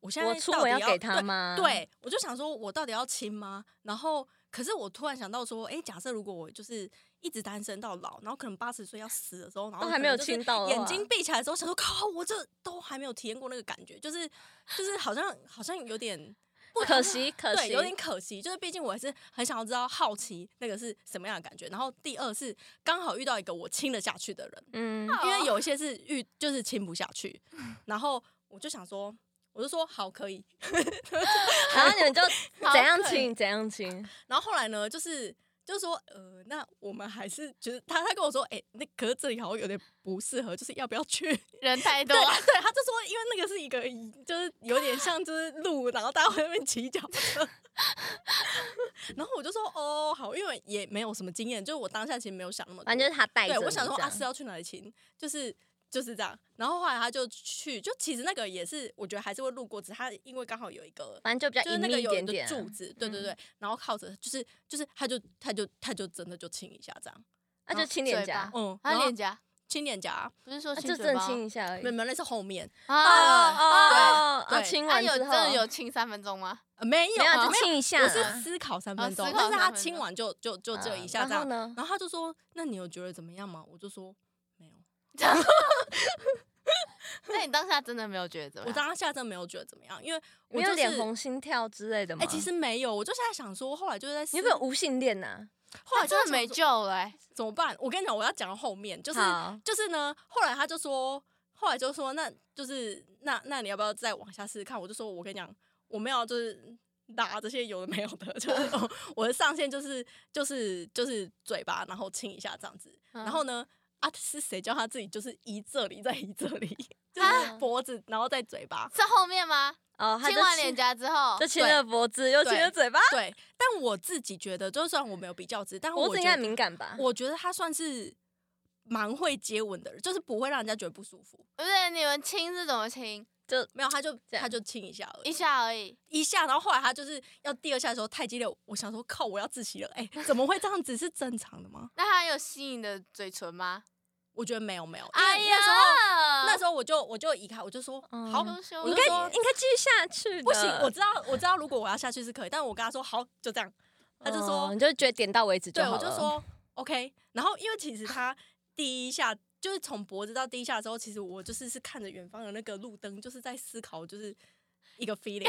[SPEAKER 1] 我现在
[SPEAKER 3] 我出
[SPEAKER 1] 到
[SPEAKER 3] 门
[SPEAKER 1] 底
[SPEAKER 3] 要给他
[SPEAKER 1] 对
[SPEAKER 3] 吗？
[SPEAKER 1] 对，我就想说，我到底要亲吗？然后可是我突然想到说，哎、假设如果我就是一直单身到老，然后可能八十岁要死的时候，然后
[SPEAKER 3] 都还没有
[SPEAKER 1] 可能就是
[SPEAKER 3] 亲到啊的话
[SPEAKER 1] 眼睛闭起来的时候，想说靠，我这都还没有体验过那个感觉，就是就是好像好像有点
[SPEAKER 3] 可惜可
[SPEAKER 1] 对，
[SPEAKER 3] 惜，
[SPEAKER 1] 有点可惜，就是毕竟我还是很想要知道好奇那个是什么样的感觉。然后第二是刚好遇到一个我亲得下去的人，
[SPEAKER 3] 嗯，
[SPEAKER 1] 因为有一些是遇就是亲不下去，然后我就想说，我就说好可以。
[SPEAKER 3] 然后你 们就
[SPEAKER 2] 好
[SPEAKER 3] 怎样
[SPEAKER 2] 可
[SPEAKER 3] 亲怎样亲，
[SPEAKER 1] 然后后来呢，就是就说呃，那我们还是觉得他他跟我说，哎、那可是这里好像有点不适合，就是要不要去？
[SPEAKER 2] 人太多
[SPEAKER 1] 对，
[SPEAKER 3] 啊
[SPEAKER 1] 对，他就说因为那个是一个就是有点像就是路，然后大家会在那边骑脚车。 然后我就说哦好，因为也没有什么经验，就是我当下其实没有想那么多，
[SPEAKER 3] 反正就是他带
[SPEAKER 1] 对
[SPEAKER 3] 着你这样。
[SPEAKER 1] 我想说啊是要去哪里亲，就是就是这样。然后后来他就去，就其实那个也是我觉得还是会路过，只是他因为刚好有一个
[SPEAKER 3] 反正就比
[SPEAKER 1] 就
[SPEAKER 3] 较
[SPEAKER 1] 是
[SPEAKER 3] 隐
[SPEAKER 1] 那个
[SPEAKER 3] 秘一
[SPEAKER 1] 有一
[SPEAKER 3] 点
[SPEAKER 1] 个
[SPEAKER 3] 点啊。
[SPEAKER 1] 柱子，对对对，然后靠着就是就是他就他就他就真的就亲一下这样，
[SPEAKER 3] 那啊就亲脸颊，
[SPEAKER 1] 嗯，
[SPEAKER 2] 他
[SPEAKER 1] 然后
[SPEAKER 2] 脸颊
[SPEAKER 1] 亲脸颊，
[SPEAKER 2] 啊不是说
[SPEAKER 3] 啊
[SPEAKER 2] 亲
[SPEAKER 3] 就
[SPEAKER 2] 嘴
[SPEAKER 3] 正
[SPEAKER 2] 巴
[SPEAKER 3] 亲一下而已
[SPEAKER 1] 没。没那是后面，
[SPEAKER 2] 啊
[SPEAKER 3] 哦
[SPEAKER 1] 对哎
[SPEAKER 3] 啊
[SPEAKER 1] 对
[SPEAKER 3] 亲
[SPEAKER 2] 他
[SPEAKER 3] 完
[SPEAKER 2] 有
[SPEAKER 3] 之
[SPEAKER 2] 真
[SPEAKER 3] 后
[SPEAKER 2] 的有亲三分钟吗？
[SPEAKER 1] 呃没有
[SPEAKER 3] 没有
[SPEAKER 1] 啊
[SPEAKER 3] 就亲一下啊
[SPEAKER 1] 我
[SPEAKER 3] 啦，
[SPEAKER 1] 是思考三分钟
[SPEAKER 2] 思，考
[SPEAKER 1] 但是他
[SPEAKER 2] 三分
[SPEAKER 1] 亲
[SPEAKER 2] 钟
[SPEAKER 1] 完就就就只有一
[SPEAKER 3] 嗯
[SPEAKER 1] 下这
[SPEAKER 3] 然
[SPEAKER 1] 样。
[SPEAKER 3] 后呢？
[SPEAKER 1] 然后他就说：“那你有觉得怎么样吗？”我就说：“没有。
[SPEAKER 2] 那你当下真的没有觉得怎”啊么
[SPEAKER 1] 我
[SPEAKER 2] 样？
[SPEAKER 1] 当下真的没有觉得怎么样，因为我
[SPEAKER 3] 啊没
[SPEAKER 1] 就是
[SPEAKER 3] 有脸红心跳之类的吗？
[SPEAKER 1] 哎，其实没有，我就现在想说，后来就是在思
[SPEAKER 3] 你有没有无性恋啊呐？
[SPEAKER 1] 后来
[SPEAKER 2] 他
[SPEAKER 1] 就在
[SPEAKER 2] 真的没
[SPEAKER 1] 想说
[SPEAKER 2] 救了欸、
[SPEAKER 1] 怎么办？我跟你讲，我要讲到后面，就是
[SPEAKER 3] 好
[SPEAKER 1] 就是呢，后来他就说，后来就说，那就是那那你要不要再往下试试看？我就说，我跟你讲，我没有就是打这些有的没有的，就是我我的上限就是就是就是嘴巴，然后亲一下这样子。
[SPEAKER 2] 嗯
[SPEAKER 1] 然后呢，啊是谁叫他自己就是移这里再移这里， 就
[SPEAKER 3] 啊
[SPEAKER 1] 是脖子，然后再嘴巴。
[SPEAKER 2] 是后面吗？
[SPEAKER 3] 哦，他
[SPEAKER 2] 亲
[SPEAKER 3] 就
[SPEAKER 2] 完脸颊之后
[SPEAKER 3] 就，亲了脖子，又亲了嘴巴，
[SPEAKER 1] 对，但我自己觉得，就算我没有比较值，但
[SPEAKER 3] 脖
[SPEAKER 1] 我
[SPEAKER 3] 子
[SPEAKER 1] 觉
[SPEAKER 3] 应
[SPEAKER 1] 得
[SPEAKER 3] 该很敏感吧？
[SPEAKER 1] 我觉得他算是蛮会接吻的人，就是不会让人家觉得不舒服。
[SPEAKER 2] 不是你们亲是怎么亲？
[SPEAKER 1] 没有，他就
[SPEAKER 3] 这样
[SPEAKER 1] 他就亲一下而已，
[SPEAKER 2] 一下而已。
[SPEAKER 1] 一下，然后后来他就是要第二下的时候太激烈，我想说靠，我要窒息了，哎、怎么会这样子？是正常的吗？
[SPEAKER 2] 那他有吸你的嘴唇吗？
[SPEAKER 1] 我觉得没有没有，
[SPEAKER 2] 哎
[SPEAKER 1] 哎
[SPEAKER 2] 呀
[SPEAKER 1] 呀，那时候那时候我就我就移开，我就说
[SPEAKER 3] 嗯
[SPEAKER 1] 好，
[SPEAKER 2] 羞羞
[SPEAKER 1] 我
[SPEAKER 3] 应
[SPEAKER 1] 就
[SPEAKER 3] 该
[SPEAKER 1] 说
[SPEAKER 3] 应该继续下去的。
[SPEAKER 1] 不行，我知道我知道，如果我要下去是可以，但我跟他说好，就这样，他就说、
[SPEAKER 3] 哦你就觉得点到为止
[SPEAKER 1] 对，
[SPEAKER 3] 好
[SPEAKER 1] 我
[SPEAKER 3] 了。
[SPEAKER 1] 就说 OK。然后因为其实他第一下就是从脖子到第一下的时候，其实我就是是看着远方的那个路灯，就是在思考，就是一个 feeling。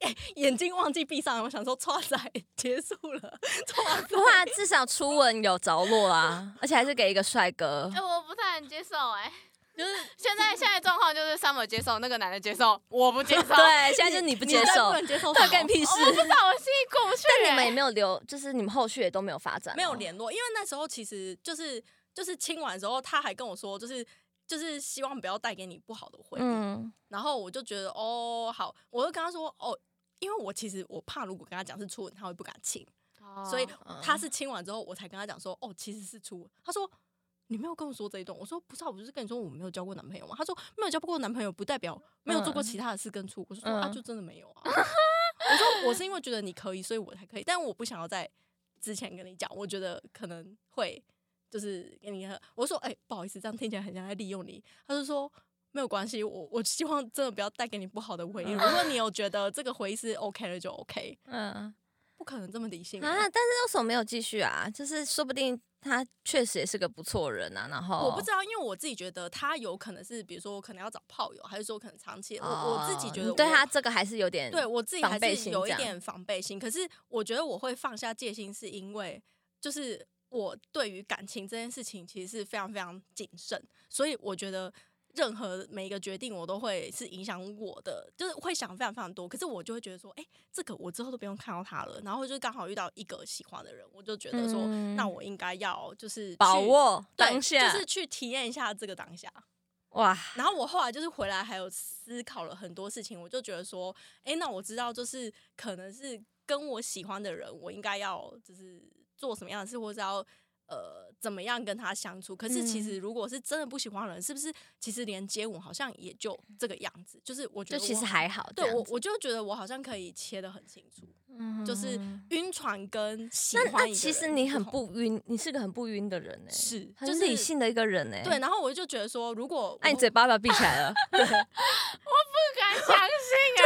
[SPEAKER 1] 哎眼睛忘记闭上了，我想说，哇塞，结束了，哇塞
[SPEAKER 3] 不，过他至少初吻有着落啦，而且还是给一个帅 哥
[SPEAKER 2] 哎、。我不太能接受哎、
[SPEAKER 1] 就是
[SPEAKER 2] 现在现在状况就是 Summer 接受，那个男的接受，我不接受。
[SPEAKER 3] 对，现在就是你不
[SPEAKER 1] 不
[SPEAKER 3] 接受
[SPEAKER 1] 不，能接受
[SPEAKER 3] 他
[SPEAKER 1] 什
[SPEAKER 3] 干
[SPEAKER 1] 么
[SPEAKER 3] 你屁事？
[SPEAKER 2] 我不 知道，我心里过不去、
[SPEAKER 3] 但你
[SPEAKER 2] 哎
[SPEAKER 3] 们也没有留，就是你们后续也都没有发展哦，
[SPEAKER 1] 没有联络，因为那时候其实就是就是亲完之后，他还跟我说，就是就是希望不要带给你不好的回忆。
[SPEAKER 3] 嗯，
[SPEAKER 1] 然后我就觉得哦好，我就跟他说哦，因为我其实我怕如果跟他讲是初吻，他会不敢亲，
[SPEAKER 2] 哦
[SPEAKER 1] 所以
[SPEAKER 3] 嗯
[SPEAKER 1] 他是亲完之后我才跟他讲说哦其实是初吻。他说你没有跟我说这一段，我说不是、啊，我就是跟你说我没有交过男朋友嘛。他说没有交过男朋友不代表没有做过
[SPEAKER 3] 嗯
[SPEAKER 1] 其他的事跟初，我就说、啊
[SPEAKER 3] 嗯
[SPEAKER 1] 就真的没有啊。我说我是因为觉得你可以，所以我才可以，但我不想要在之前跟你讲，我觉得可能会就是给你很，我说哎、不好意思，这样听起来很像在利用你。他就说没有关系，我我希望真的不要带给你不好的回忆。如果你有觉得这个回忆是 OK 的，就 OK，
[SPEAKER 3] 嗯
[SPEAKER 1] 不可能这么理性
[SPEAKER 3] 啊，但是为什么没有继续啊？就是说不定他确实也是个不错人啊，然后
[SPEAKER 1] 我不知道，因为我自己觉得他有可能是，比如说我可能要找炮友，还是说可能长期，我我自己觉得
[SPEAKER 3] 哦你
[SPEAKER 1] 我
[SPEAKER 3] 对他这个还是有点
[SPEAKER 1] 对我自己还
[SPEAKER 3] 防备
[SPEAKER 1] 是
[SPEAKER 3] 心
[SPEAKER 1] 有一
[SPEAKER 3] 这样
[SPEAKER 1] 点防备心。可是我觉得我会放下戒心，是因为就是我对于感情这件事情其实是非常非常谨慎，所以我觉得。任何每一个决定，我都会是影响我的，就是会想非常非常多。可是我就会觉得说，哎、这个我之后都不用看到他了。然后就刚好遇到一个喜欢的人，我就觉得说，
[SPEAKER 3] 嗯
[SPEAKER 1] 那我应该要就是
[SPEAKER 3] 把
[SPEAKER 1] 去
[SPEAKER 3] 握
[SPEAKER 1] 对
[SPEAKER 3] 当下，
[SPEAKER 1] 就是去体验一下这个当下。
[SPEAKER 3] 哇，
[SPEAKER 1] 然后我后来就是回来，还有思考了很多事情，我就觉得说，哎、那我知道，就是可能是跟我喜欢的人，我应该要就是做什么样的事，或者要呃怎么样跟他相处。可是
[SPEAKER 3] 嗯
[SPEAKER 1] 其实如果是真的不喜欢的人，是不是其实连接吻好像也就这个样子？就是我觉
[SPEAKER 3] 就
[SPEAKER 1] 得
[SPEAKER 3] 其
[SPEAKER 1] 我
[SPEAKER 3] 实还好，这
[SPEAKER 1] 对
[SPEAKER 3] 样
[SPEAKER 1] 我
[SPEAKER 3] 子，
[SPEAKER 1] 我就觉得我好像可以切的很清楚，
[SPEAKER 3] 嗯
[SPEAKER 1] 就是晕船跟喜
[SPEAKER 3] 那
[SPEAKER 1] 欢
[SPEAKER 3] 那
[SPEAKER 1] 一个
[SPEAKER 3] 其实
[SPEAKER 1] 人
[SPEAKER 3] 你很
[SPEAKER 1] 同
[SPEAKER 3] 不晕，你是个很不晕的人呢，
[SPEAKER 1] 是
[SPEAKER 3] 很
[SPEAKER 1] 就是
[SPEAKER 3] 理性的一个人呢。
[SPEAKER 1] 对，，然后我就觉得说，如果
[SPEAKER 3] 那你
[SPEAKER 1] 我
[SPEAKER 3] 嘴巴要不要闭起来了？
[SPEAKER 2] 不敢相信、哎，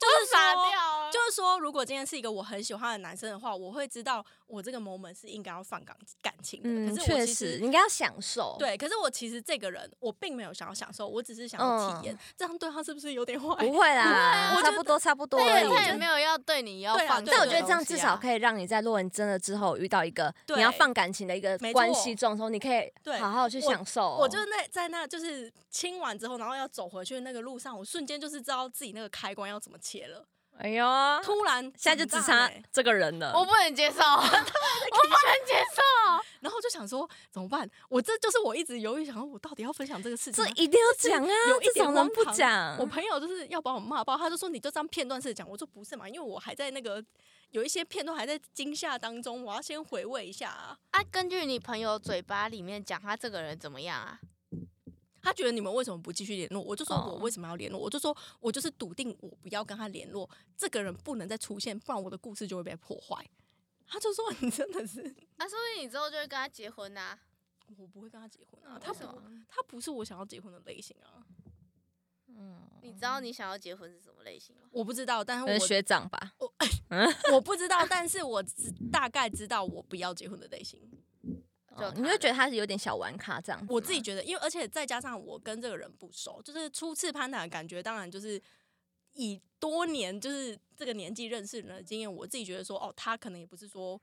[SPEAKER 1] 就是
[SPEAKER 2] 傻
[SPEAKER 1] 说
[SPEAKER 2] 掉了。
[SPEAKER 1] 就是说，如果今天是一个我很喜欢的男生的话，我会知道我这个 moment 是应该要放感感情的。
[SPEAKER 3] 嗯，
[SPEAKER 1] 可是我
[SPEAKER 3] 确
[SPEAKER 1] 其
[SPEAKER 3] 实，
[SPEAKER 1] 实
[SPEAKER 3] 你应该要享受。，
[SPEAKER 1] 对，可是我其实这个人我并没有想要享受，我只是想要
[SPEAKER 3] 嗯
[SPEAKER 1] 体验。 这样对他是不是有点坏？
[SPEAKER 3] 不会啦，
[SPEAKER 1] 我觉
[SPEAKER 3] 差
[SPEAKER 1] 得
[SPEAKER 3] 不多差不多而
[SPEAKER 2] 对，
[SPEAKER 3] 已。
[SPEAKER 2] 他也没有要对你要
[SPEAKER 1] 对啊
[SPEAKER 2] 放这
[SPEAKER 1] 对
[SPEAKER 2] 个
[SPEAKER 3] 但
[SPEAKER 2] 东
[SPEAKER 3] 我
[SPEAKER 2] 西啊，
[SPEAKER 3] 觉得这样至少可以让你在论文真的之后遇到一个
[SPEAKER 1] 对
[SPEAKER 3] 你要放感情的一个
[SPEAKER 1] 没错
[SPEAKER 3] 关系中的时候，你可以
[SPEAKER 1] 对
[SPEAKER 3] 好好去享受哦。
[SPEAKER 1] 我就那在那就是亲完之后，然后要走回去的那个路上，我瞬间就是知道自己那个开关要怎么切了。
[SPEAKER 3] 哎呦，
[SPEAKER 1] 突然
[SPEAKER 3] 现在就只
[SPEAKER 1] 长大
[SPEAKER 3] 差
[SPEAKER 1] 嘞
[SPEAKER 3] 这个人了。
[SPEAKER 2] 我不能接受，我不能接受。
[SPEAKER 1] 然后我就想说怎么办？我这就是我一直犹豫，想说我到底要分享这个事情
[SPEAKER 3] 这
[SPEAKER 1] 吗。
[SPEAKER 3] 一定要讲啊！
[SPEAKER 1] 有一
[SPEAKER 3] 这
[SPEAKER 1] 点
[SPEAKER 3] 种人
[SPEAKER 1] 荒
[SPEAKER 3] 不
[SPEAKER 1] 唐
[SPEAKER 3] 讲，
[SPEAKER 1] 我朋友就是要把我骂爆，他就说你就这样片段式地讲，我说不是嘛，因为我还在那个有一些片段还在惊吓当中，我要先回味一下啊。
[SPEAKER 2] 啊，根据你朋友嘴巴里面讲，他这个人怎么样啊？
[SPEAKER 1] 他觉得你们为什么不继续联络？我就说我
[SPEAKER 3] 哦
[SPEAKER 1] 为什么要联络？我就说我就是笃定我不要跟他联络，这个人不能再出现，不然我的故事就会被破坏。他就说你真的是，
[SPEAKER 2] 那啊说不定你之后就会跟他结婚啊呐、
[SPEAKER 1] 我不会跟他结婚啊，
[SPEAKER 2] 嗯
[SPEAKER 1] 他
[SPEAKER 2] 为什
[SPEAKER 1] 不
[SPEAKER 2] 么，
[SPEAKER 1] 他不是我想要结婚的类型啊，
[SPEAKER 3] 嗯，
[SPEAKER 2] 你知道你想要结婚是什么类型吗？
[SPEAKER 1] 我不知道，但是
[SPEAKER 3] 呃
[SPEAKER 1] 我
[SPEAKER 3] 学长吧，
[SPEAKER 1] 我不知道，但是我知大概知道我不要结婚的类型。
[SPEAKER 2] 就
[SPEAKER 3] 哦你会觉得他是有点小玩咖这样子吗。
[SPEAKER 1] 我自己觉得，因为而且再加上我跟这个人不熟，就是初次攀谈的感觉，当然就是以多年就是这个年纪认识人的经验，我自己觉得说，哦，他可能也不是说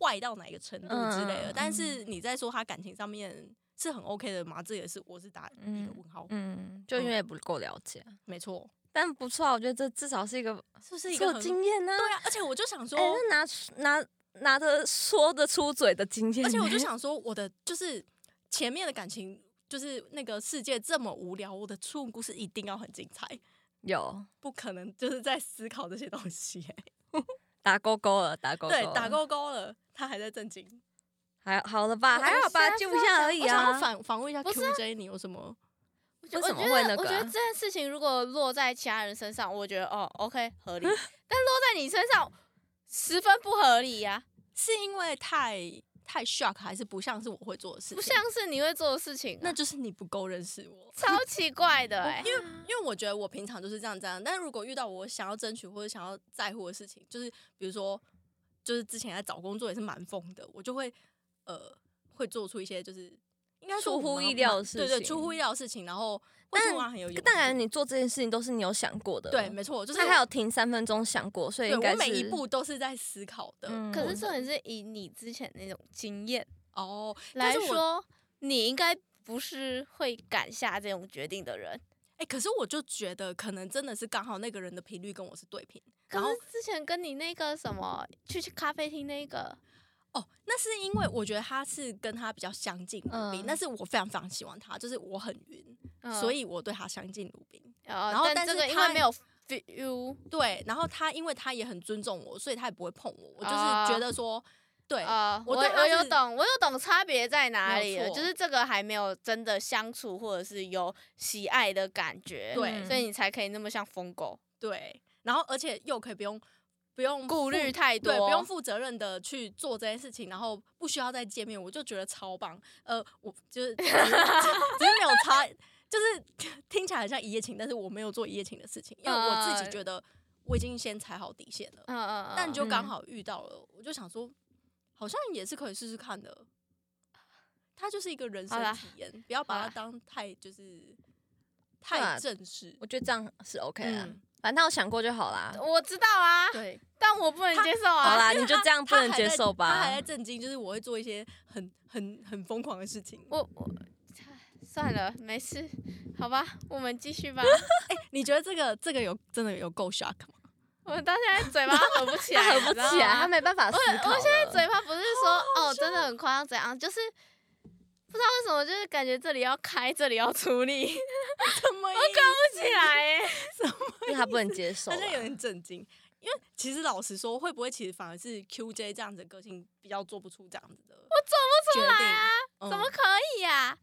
[SPEAKER 1] 坏到哪一个程度之类的，
[SPEAKER 3] 嗯嗯嗯
[SPEAKER 1] 但是你在说他感情上面是很 OK 的嘛，这也是我是打一个问号，
[SPEAKER 3] 嗯，就因为不够了解，
[SPEAKER 1] 没错，
[SPEAKER 3] 但不错啊，我觉得这至少是一个
[SPEAKER 1] 是不是一
[SPEAKER 3] 是
[SPEAKER 1] 个
[SPEAKER 3] 有
[SPEAKER 1] 很
[SPEAKER 3] 经验呢。
[SPEAKER 1] 对啊？而且我就想说，
[SPEAKER 3] 哎，那拿出拿拿得说得出嘴的经验，
[SPEAKER 1] 而且我就，想说，我的就是前面的感情，就是那个世界这么无聊，我的初吻故事一定要很精彩，
[SPEAKER 3] 有
[SPEAKER 1] 不可能就是在思考这些东西、 欸
[SPEAKER 3] 打勾勾了，打勾勾
[SPEAKER 1] 对
[SPEAKER 3] 了，
[SPEAKER 1] 打勾勾了，他还在震惊。
[SPEAKER 3] 还好了吧？
[SPEAKER 2] 我
[SPEAKER 3] 还好吧
[SPEAKER 2] 现，在
[SPEAKER 3] 就
[SPEAKER 2] 是要
[SPEAKER 3] 一下
[SPEAKER 2] 讲
[SPEAKER 3] 而已
[SPEAKER 1] 我想要
[SPEAKER 3] 啊。
[SPEAKER 1] 反访问一下
[SPEAKER 2] 不是
[SPEAKER 1] QJ，你有什么？
[SPEAKER 2] 我觉
[SPEAKER 3] 为什么
[SPEAKER 2] 我觉
[SPEAKER 3] 会
[SPEAKER 2] 得
[SPEAKER 3] 那个
[SPEAKER 2] 我觉
[SPEAKER 3] 啊
[SPEAKER 2] 得这件事情如果落在其他人身上，我觉得哦，OK 合理，但落在你身上十分不合理啊呀、
[SPEAKER 1] 是因为太太 shock，还是不像是我会做的事情？
[SPEAKER 2] 不
[SPEAKER 3] 啊
[SPEAKER 2] 像是你会做的事情啊、
[SPEAKER 1] 那就是哦你不够认识我。
[SPEAKER 2] 超奇怪的
[SPEAKER 3] 啊
[SPEAKER 2] 哎、
[SPEAKER 1] 因为因为我觉得我平常就是这样这样，但如果遇到我想要争取或者想要在乎的事情，就是比如说，就是之前在找工作也是蛮疯的，我就会呃会做出一些就是应该说
[SPEAKER 3] 出乎
[SPEAKER 1] 蛮
[SPEAKER 3] 意料的事
[SPEAKER 1] 对对，
[SPEAKER 3] 情
[SPEAKER 1] 出乎意料的事情，然后会
[SPEAKER 3] 但
[SPEAKER 1] 突然很有勇气
[SPEAKER 3] 当然，你做这件事情都是你有想过的，
[SPEAKER 1] 对，没错，就是
[SPEAKER 3] 他还有停三分钟想过，所以
[SPEAKER 1] 对
[SPEAKER 3] 应
[SPEAKER 1] 我
[SPEAKER 3] 该是
[SPEAKER 1] 每一步都是在思考的。
[SPEAKER 3] 嗯
[SPEAKER 2] 可是重点是以你之前那种经验
[SPEAKER 1] 哦，但
[SPEAKER 2] 来
[SPEAKER 1] 是我
[SPEAKER 2] 说，你应该不是会敢下这种决定的人。
[SPEAKER 1] 哎、可是我就觉得可能真的是刚好那个人的频率跟我是对频，
[SPEAKER 2] 可
[SPEAKER 1] 然后
[SPEAKER 2] 是之前跟你那个什么去去咖啡厅那个，
[SPEAKER 1] 哦，那是因为我觉得他是跟他比较相敬如宾，
[SPEAKER 3] 嗯
[SPEAKER 1] 但是我非常非常喜欢他，就是我很晕，
[SPEAKER 2] 嗯
[SPEAKER 1] 所以我对他相敬如宾。
[SPEAKER 2] 呃
[SPEAKER 1] 然后但
[SPEAKER 2] 但这
[SPEAKER 1] 是
[SPEAKER 2] 个因
[SPEAKER 1] 他
[SPEAKER 2] 为没有 feel，
[SPEAKER 1] 对，然后他因为他也很尊重我，所以他也不会碰我。我就是
[SPEAKER 2] 啊
[SPEAKER 1] 觉得说，对，
[SPEAKER 2] 呃，
[SPEAKER 1] 我
[SPEAKER 2] 我
[SPEAKER 1] 对他
[SPEAKER 2] 我有
[SPEAKER 1] 是
[SPEAKER 2] 懂，我有懂差别在哪
[SPEAKER 1] 没
[SPEAKER 2] 里
[SPEAKER 1] 有
[SPEAKER 2] 了，
[SPEAKER 1] 错
[SPEAKER 2] 就是这个还没有真的相处或者是有喜爱的感觉，
[SPEAKER 1] 对
[SPEAKER 2] 所以你才可以那么像疯狗，
[SPEAKER 1] 对，然后而且又可以不用不用
[SPEAKER 2] 顾
[SPEAKER 1] 负
[SPEAKER 2] 虑太多，
[SPEAKER 1] 对，不用负责任的去做这件事情，然后不需要再见面，我就觉得超棒。呃，我就是 只是只是没有差，就是 听起来很像一夜情，但是我没有做一夜情的事情，因为我自己
[SPEAKER 2] 嗯
[SPEAKER 1] 觉得我已经先踩好底线了。
[SPEAKER 2] 嗯，嗯嗯，
[SPEAKER 1] 但就
[SPEAKER 3] 嗯
[SPEAKER 1] 刚好遇到了，我就想说，好像也是可以试试看的。它就是一个人
[SPEAKER 2] 好啦
[SPEAKER 1] 生体验，不要把
[SPEAKER 2] 好
[SPEAKER 1] 它
[SPEAKER 2] 啦
[SPEAKER 1] 当太就是
[SPEAKER 3] 对
[SPEAKER 1] 太
[SPEAKER 3] 啊
[SPEAKER 1] 正式。
[SPEAKER 3] 我觉得这样是 OK 的
[SPEAKER 1] 嗯，
[SPEAKER 3] 反正他有想过就好啦。
[SPEAKER 2] 我知道啊，
[SPEAKER 1] 对，
[SPEAKER 2] 但我不能接受
[SPEAKER 3] 好
[SPEAKER 2] 啊，
[SPEAKER 3] 啦，你就这样不
[SPEAKER 1] 他
[SPEAKER 3] 能
[SPEAKER 1] 还
[SPEAKER 3] 接
[SPEAKER 1] 在
[SPEAKER 3] 受
[SPEAKER 1] 他还
[SPEAKER 3] 吧
[SPEAKER 1] 在？震惊，就是我会做一些很很很疯狂的事情。
[SPEAKER 2] 我我算了，没事，好吧，我们 继续吧，
[SPEAKER 1] 你觉得这个这个有真的有够 shock 吗？
[SPEAKER 2] 我到现 在嘴巴合不起来，
[SPEAKER 3] 合
[SPEAKER 2] 你
[SPEAKER 3] 不
[SPEAKER 2] 知道
[SPEAKER 3] 起来，
[SPEAKER 2] 吗
[SPEAKER 3] 他没办法思考了。
[SPEAKER 2] 我现在嘴巴不是说哦，真的很夸张怎样，就是不知道为什么，就是感觉这里要开，这里要处理，不
[SPEAKER 1] 怎么我搞
[SPEAKER 2] 起来哎。
[SPEAKER 3] 因为他不能接受啦
[SPEAKER 1] 好。像有点震惊，因为其实老实说，会不会其实反而是 QJ 这样子的个性比较做不出这样子的？我做不出来啊，嗯
[SPEAKER 2] 怎么可以呀、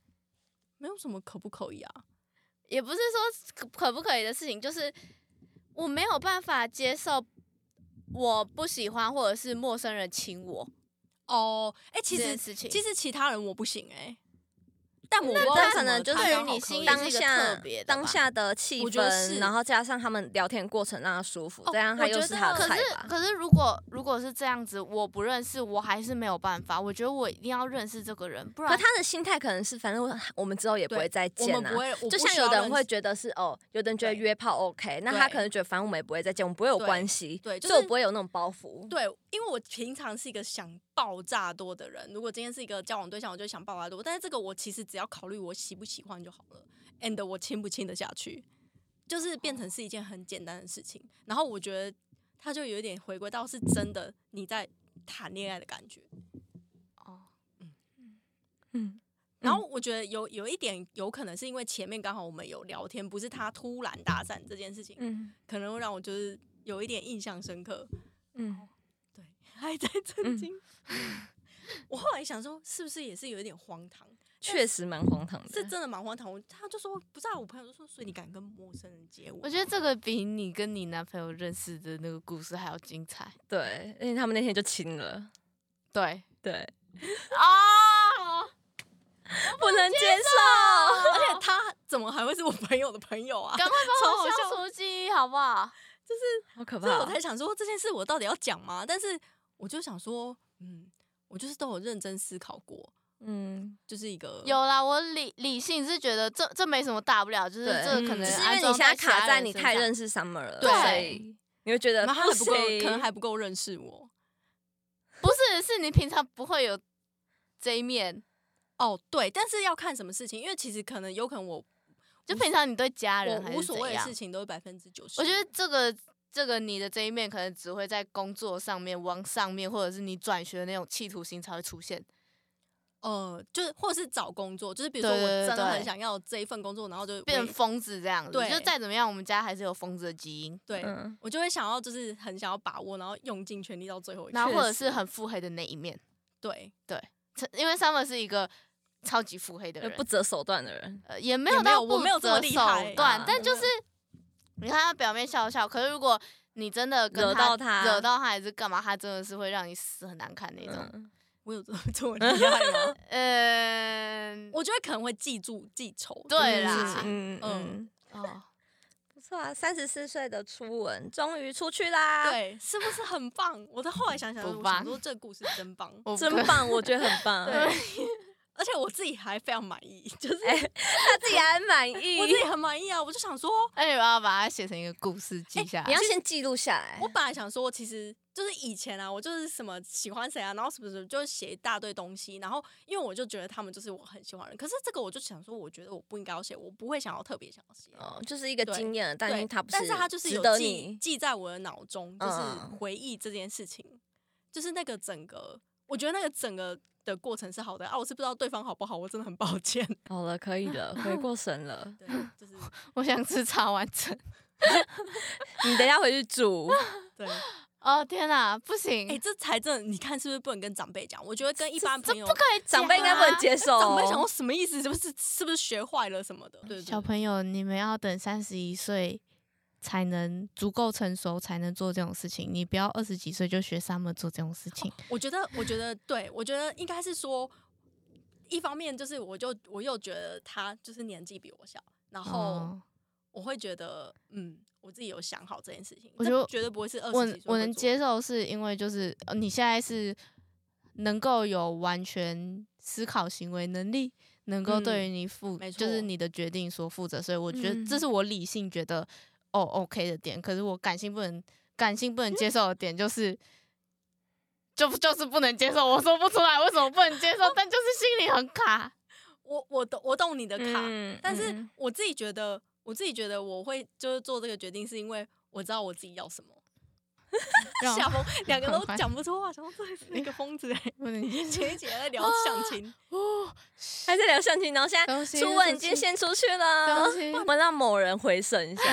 [SPEAKER 1] 没有什么可不可以啊？
[SPEAKER 2] 也不是说可可不可以的事情，就是我没有办法接受我不喜欢或者是陌生人亲我
[SPEAKER 1] 哦，哎、
[SPEAKER 2] 这
[SPEAKER 1] 其
[SPEAKER 2] 件
[SPEAKER 1] 实
[SPEAKER 2] 事情。
[SPEAKER 1] 其
[SPEAKER 2] 实
[SPEAKER 1] 实其他人我不行哎、但我不知道
[SPEAKER 3] 但
[SPEAKER 1] 怎
[SPEAKER 3] 可
[SPEAKER 1] 么
[SPEAKER 3] 能就是
[SPEAKER 1] 他
[SPEAKER 2] 对
[SPEAKER 1] 刚
[SPEAKER 2] 于
[SPEAKER 1] 好
[SPEAKER 2] 你
[SPEAKER 1] 可
[SPEAKER 2] 心
[SPEAKER 1] 以
[SPEAKER 2] 里
[SPEAKER 3] 当
[SPEAKER 2] 是一个
[SPEAKER 3] 下
[SPEAKER 2] 特别的
[SPEAKER 3] 当
[SPEAKER 2] 吧
[SPEAKER 3] 下的气
[SPEAKER 1] 我觉得是
[SPEAKER 3] 氛，然后加上他们聊天过程让他舒服，
[SPEAKER 1] 哦
[SPEAKER 3] 这样他
[SPEAKER 1] 我
[SPEAKER 3] 又
[SPEAKER 1] 觉
[SPEAKER 3] 是
[SPEAKER 1] 得
[SPEAKER 3] 他的
[SPEAKER 2] 可
[SPEAKER 3] 菜
[SPEAKER 2] 是
[SPEAKER 3] 吧。
[SPEAKER 2] 可是如果如果是这样子，我不认识，我还是没有办法。我觉得我一定要认识这个人，不
[SPEAKER 3] 可
[SPEAKER 2] 然
[SPEAKER 3] 他的心态可能是，反正我我们之后也不
[SPEAKER 1] 对
[SPEAKER 3] 会再
[SPEAKER 1] 我
[SPEAKER 3] 见
[SPEAKER 1] 们不
[SPEAKER 3] 啊。
[SPEAKER 1] 会，我
[SPEAKER 3] 就
[SPEAKER 1] 不
[SPEAKER 3] 像
[SPEAKER 1] 需
[SPEAKER 3] 有
[SPEAKER 1] 要
[SPEAKER 3] 的人
[SPEAKER 1] 认
[SPEAKER 3] 会
[SPEAKER 1] 识
[SPEAKER 3] 觉得是哦，有的人觉得
[SPEAKER 1] 对
[SPEAKER 3] 约炮 OK，那他
[SPEAKER 1] 对
[SPEAKER 3] 可能觉得反正我们也不会再见，我们不会有
[SPEAKER 1] 对
[SPEAKER 3] 关系，
[SPEAKER 1] 对就
[SPEAKER 3] 所以我
[SPEAKER 1] 是
[SPEAKER 3] 不会有那种包袱。
[SPEAKER 1] 对，因为我平常是一个想爆炸多的人。如果今天是一个交往对象，我就想爆炸多。但是这个我其实只要考虑我喜不喜欢就好了，and 我亲不亲得下去，就是变成是一件很简单的事情。然后我觉得他就有一点回归到是真的你在谈恋爱的感觉。嗯
[SPEAKER 2] 哦，
[SPEAKER 3] 嗯，
[SPEAKER 1] 然后我觉得有有一点有可能是因为前面刚好我们有聊天，不是他突然搭讪这件事情，
[SPEAKER 3] 嗯
[SPEAKER 1] 可能会让我就是有一点印象深刻。
[SPEAKER 3] 嗯，
[SPEAKER 1] 对，还在
[SPEAKER 3] 嗯
[SPEAKER 1] 震惊。 我后来想说，是不是也是有一点荒唐？
[SPEAKER 3] 确实蛮荒唐
[SPEAKER 1] 是
[SPEAKER 3] 的。
[SPEAKER 1] 真的蛮荒唐。我他就说不知道，我朋友就说，所以你敢跟陌生人接吻？
[SPEAKER 2] 我觉得这个比你跟你男朋友认识的那个故事还要精彩。
[SPEAKER 3] 对，因为他们那天就亲了，
[SPEAKER 2] 对
[SPEAKER 3] 对，
[SPEAKER 2] 啊，
[SPEAKER 3] 不能接
[SPEAKER 2] 哦
[SPEAKER 3] 受。
[SPEAKER 1] 而且他怎么还会是我朋友的朋友啊？
[SPEAKER 2] 赶快帮
[SPEAKER 1] 超
[SPEAKER 2] 我
[SPEAKER 1] 好笑
[SPEAKER 2] 消除记忆好不好？
[SPEAKER 3] 好可
[SPEAKER 1] 所以
[SPEAKER 3] 怕
[SPEAKER 1] 我
[SPEAKER 3] 哦！
[SPEAKER 1] 才想说这件事我到底要讲吗？但是我就想说，嗯，我就是都有认真思考过，
[SPEAKER 3] 嗯，
[SPEAKER 1] 就是一个
[SPEAKER 2] 有啦，我理理性是觉得这这没什么大不了，就是
[SPEAKER 3] 对
[SPEAKER 2] 这可
[SPEAKER 1] 嗯
[SPEAKER 2] 能
[SPEAKER 3] 只是因
[SPEAKER 2] 安
[SPEAKER 3] 为你
[SPEAKER 2] 装
[SPEAKER 3] 现在
[SPEAKER 2] 其他
[SPEAKER 3] 卡在
[SPEAKER 2] 人
[SPEAKER 3] 你
[SPEAKER 2] 身
[SPEAKER 3] 太
[SPEAKER 2] 上
[SPEAKER 3] 认识 Summer 了，
[SPEAKER 1] 对
[SPEAKER 3] 所以你会觉得
[SPEAKER 1] 然后他还不够，
[SPEAKER 3] 行
[SPEAKER 1] 可能还不够认识我。
[SPEAKER 2] 不是是你平常不会有这一面，
[SPEAKER 1] 哦，对，但是要看什么事情，因为其实可能有可能我
[SPEAKER 2] 就平常你对家人还
[SPEAKER 1] 我
[SPEAKER 2] 是
[SPEAKER 1] 无所
[SPEAKER 2] 怎
[SPEAKER 1] 谓的
[SPEAKER 2] 样
[SPEAKER 1] 事。情都是百分之九十。
[SPEAKER 2] 我觉得这个这个你的这一面可能只会在工作上面、往上面，或者是你转学的那种企图心才会出现。
[SPEAKER 1] 呃，就是或者是找工作，就是比如说
[SPEAKER 2] 对
[SPEAKER 1] 我
[SPEAKER 2] 对对
[SPEAKER 1] 真的
[SPEAKER 2] 对
[SPEAKER 1] 很想要这一份工作，然后就
[SPEAKER 2] 变成
[SPEAKER 1] 为
[SPEAKER 2] 疯子这样子。
[SPEAKER 1] 对
[SPEAKER 2] 就再怎么样，我们家还是有疯子的基因，
[SPEAKER 1] 对，
[SPEAKER 3] 嗯，
[SPEAKER 1] 我就会想要就是很想要把握，然后用尽全力到最后一
[SPEAKER 2] 然后
[SPEAKER 1] 刻。
[SPEAKER 2] 或者是很腹黑的那一面。
[SPEAKER 1] 对，
[SPEAKER 2] 因为 Summer 是一个超级腹黑的
[SPEAKER 3] 就
[SPEAKER 2] 人，
[SPEAKER 3] 不择手段的人，
[SPEAKER 2] 呃也没
[SPEAKER 1] 呃也
[SPEAKER 2] 有
[SPEAKER 1] 没
[SPEAKER 2] 到
[SPEAKER 1] 有我
[SPEAKER 2] 不
[SPEAKER 1] 没有这么
[SPEAKER 2] 择
[SPEAKER 1] 厉
[SPEAKER 2] 手
[SPEAKER 1] 害
[SPEAKER 2] 段
[SPEAKER 3] 啊，
[SPEAKER 2] 但就是你看他表面笑笑，可是如果你真的跟
[SPEAKER 3] 惹到他
[SPEAKER 2] 惹到他还是干嘛，他真的是会让你死很难看那种。
[SPEAKER 3] 嗯，
[SPEAKER 1] 我有这么这么厉害 吗？
[SPEAKER 2] 嗯，
[SPEAKER 1] 我觉得可能会记住记 仇。
[SPEAKER 2] 对啦
[SPEAKER 1] 事情。
[SPEAKER 3] 嗯嗯嗯
[SPEAKER 1] 嗯，
[SPEAKER 2] 哦，
[SPEAKER 3] 不错啊，三十四岁的初吻终于出去啦，，
[SPEAKER 1] 对，是不是很棒？我到后来想想，
[SPEAKER 2] 不
[SPEAKER 1] 我
[SPEAKER 2] 棒
[SPEAKER 1] 想说这故事真棒，
[SPEAKER 2] 我不可
[SPEAKER 3] 真棒，我觉得很棒，
[SPEAKER 1] 对，而且我自己还非常满意， 就是
[SPEAKER 3] 哎他自己还满
[SPEAKER 2] 哎
[SPEAKER 3] 意，
[SPEAKER 1] 我自己很满意啊！我就想说，
[SPEAKER 2] 而且我要把它写成一个故事记下
[SPEAKER 3] 哎你
[SPEAKER 2] 来。
[SPEAKER 3] 要先记录下来
[SPEAKER 1] 我，本来想说，其实就是以前啊，我就是什么喜欢谁啊，然后什么什么，就写一大堆东西。然后因为我就觉得他们就是我很喜欢的人，可是这个我就想说，我觉得我不应该要写，我不会想要特别想要写。
[SPEAKER 3] 哦，就是一个
[SPEAKER 1] 对
[SPEAKER 3] 经验，但
[SPEAKER 1] 对，
[SPEAKER 3] 是他不
[SPEAKER 1] 但是他就是
[SPEAKER 3] 值
[SPEAKER 1] 有
[SPEAKER 3] 得
[SPEAKER 1] 记
[SPEAKER 3] 你，
[SPEAKER 1] 记在我的脑中，就是
[SPEAKER 3] 嗯
[SPEAKER 1] 回忆这件事情，就是那个整个，我觉得那个整个的过程是好的啊。我是不知道对方好不好，我真的很抱 歉。
[SPEAKER 3] 好了，可以 了，回过神了，
[SPEAKER 1] 对，就是
[SPEAKER 2] 我想吃茶完整。
[SPEAKER 3] 你等一下回去煮，
[SPEAKER 1] 对，哎、
[SPEAKER 2] 哦天哪，不行，
[SPEAKER 3] 哎
[SPEAKER 1] 这才真的，你看是不是不能跟长辈讲？我觉得跟一般
[SPEAKER 2] 这
[SPEAKER 1] 朋友
[SPEAKER 2] 不可以讲啊，
[SPEAKER 3] 长辈应该不能接受哦，
[SPEAKER 1] 长辈想说什么意思？是不是是不是学坏了什么的？对对
[SPEAKER 2] 小朋友，你们要等三十一岁才能足够成熟，才能做这种事情。你不要二十几岁就学 Summer 做这种事情。
[SPEAKER 1] 我觉得，我觉得，对我觉得应该是说，一方面就是我就我又觉得他就是年纪比我小，然后
[SPEAKER 2] 哦，
[SPEAKER 1] 我会觉得，嗯，我自己有想好这件事情，
[SPEAKER 2] 我
[SPEAKER 1] 这
[SPEAKER 2] 觉得
[SPEAKER 1] 绝对不会是二
[SPEAKER 2] 我
[SPEAKER 1] 十几岁
[SPEAKER 2] 我
[SPEAKER 1] 会
[SPEAKER 2] 能
[SPEAKER 1] 做
[SPEAKER 2] 接受，是因为就是呃你现在是能够有完全思考行为能力，能够对于你负、
[SPEAKER 1] 嗯没
[SPEAKER 2] 就是
[SPEAKER 1] 错
[SPEAKER 2] 你的决定所负责，所以我觉得
[SPEAKER 3] 嗯
[SPEAKER 2] 这是我理性觉得哦 OK 的点，可是我感性不能感性不能接受的点就是。就就是不能接受，我说不出来为什么不能接受，但就是心里很卡。
[SPEAKER 1] 我我懂我懂你的卡，
[SPEAKER 3] 嗯
[SPEAKER 1] 但是
[SPEAKER 3] 嗯
[SPEAKER 1] 我自己觉得，我自己觉得我会就是做这个决定，是因为我知道我自己要什么。
[SPEAKER 2] 让
[SPEAKER 1] 夏风两个都
[SPEAKER 2] 哦很烦
[SPEAKER 1] 讲不出话，想说这是一个疯 子哎、
[SPEAKER 2] 不 能接受
[SPEAKER 1] 前一节在聊相 亲，
[SPEAKER 2] 哦，
[SPEAKER 3] 还在聊相亲，然后现在
[SPEAKER 2] 东西
[SPEAKER 3] 初吻已经先出去了
[SPEAKER 2] 东西，
[SPEAKER 3] 我们让某人回神一下。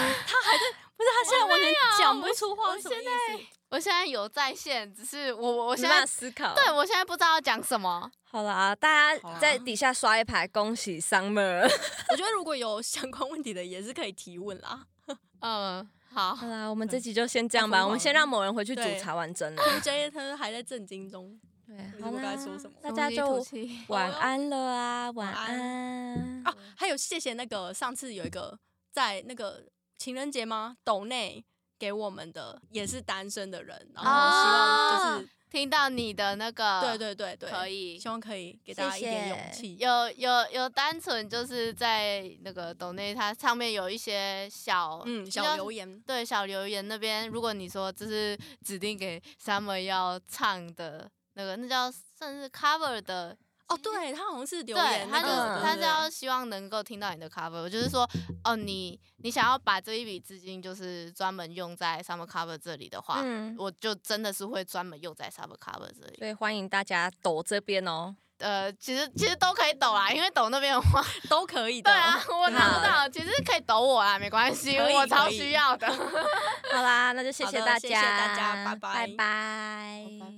[SPEAKER 1] 不是他现在完全讲不
[SPEAKER 2] 我
[SPEAKER 1] 出话
[SPEAKER 2] 我
[SPEAKER 1] 是什么
[SPEAKER 2] 现
[SPEAKER 1] 意思。
[SPEAKER 2] 我现在有在线，只是我我我
[SPEAKER 3] 我
[SPEAKER 2] 现在
[SPEAKER 3] 思考。
[SPEAKER 2] 对我现在不知道要讲什么。
[SPEAKER 3] 好啦，大
[SPEAKER 1] 好
[SPEAKER 3] 家
[SPEAKER 1] 啦
[SPEAKER 3] 在底下刷一排，恭喜 Summer。
[SPEAKER 1] 我觉得如果有相关问题的，也是可以提问啦。
[SPEAKER 2] 嗯，好
[SPEAKER 3] 好，啦，我们这集就先这样吧，
[SPEAKER 1] 太疯狂了
[SPEAKER 3] 我们先让某人回去煮
[SPEAKER 1] 对
[SPEAKER 3] 茶碗蒸了。
[SPEAKER 1] J 他还在震惊中，我
[SPEAKER 3] 对，
[SPEAKER 1] 就
[SPEAKER 3] 啊好
[SPEAKER 1] 不
[SPEAKER 3] 啦
[SPEAKER 1] 该说什么，
[SPEAKER 3] 大家就晚安嗯了啊，晚
[SPEAKER 1] 安
[SPEAKER 3] 安。
[SPEAKER 1] 啊。还有谢谢那个上次有一个在那个情人节吗？抖内给我们的也是单身的人，然后希望就是、
[SPEAKER 2] 听到你的那个，
[SPEAKER 1] 对对对对，
[SPEAKER 2] 可以
[SPEAKER 1] 希望啊可以给大家一点勇气。
[SPEAKER 2] 有有有单纯就是在那个抖内，它上面有一些小
[SPEAKER 1] 嗯，
[SPEAKER 2] 就
[SPEAKER 1] 小
[SPEAKER 2] 像
[SPEAKER 1] 留言
[SPEAKER 2] 对小留言那边，如果你说这是指定给 Summer 要唱的那个，那叫甚至 cover 的
[SPEAKER 1] 哦，对他好像是留
[SPEAKER 2] 对
[SPEAKER 1] 言，，
[SPEAKER 2] 他
[SPEAKER 1] 那
[SPEAKER 2] 就
[SPEAKER 1] 个
[SPEAKER 3] 嗯
[SPEAKER 1] 对
[SPEAKER 2] 他
[SPEAKER 1] 对
[SPEAKER 2] 是
[SPEAKER 1] 对
[SPEAKER 2] 要希望能够听到你的 cover，我就是说，哦，你你想要把这一笔资金就是专门用在 summer cover 这里的话，
[SPEAKER 3] 嗯，
[SPEAKER 2] 我就真的是会专门用在 summer cover 这里。
[SPEAKER 3] 所以欢迎大家抖这边哦。
[SPEAKER 2] 呃，其实其实都可以抖啦，因为抖那边的话，
[SPEAKER 1] 都可以的
[SPEAKER 2] 对
[SPEAKER 1] 哦。
[SPEAKER 2] 啊，我拿不到，其实可以抖我啦，没关系，
[SPEAKER 1] 可以
[SPEAKER 2] 我超
[SPEAKER 1] 可以
[SPEAKER 2] 需要的。
[SPEAKER 3] 好啦，那就谢
[SPEAKER 1] 好的
[SPEAKER 3] 大家，
[SPEAKER 1] 谢谢大家拜拜
[SPEAKER 3] 拜拜
[SPEAKER 2] 拜拜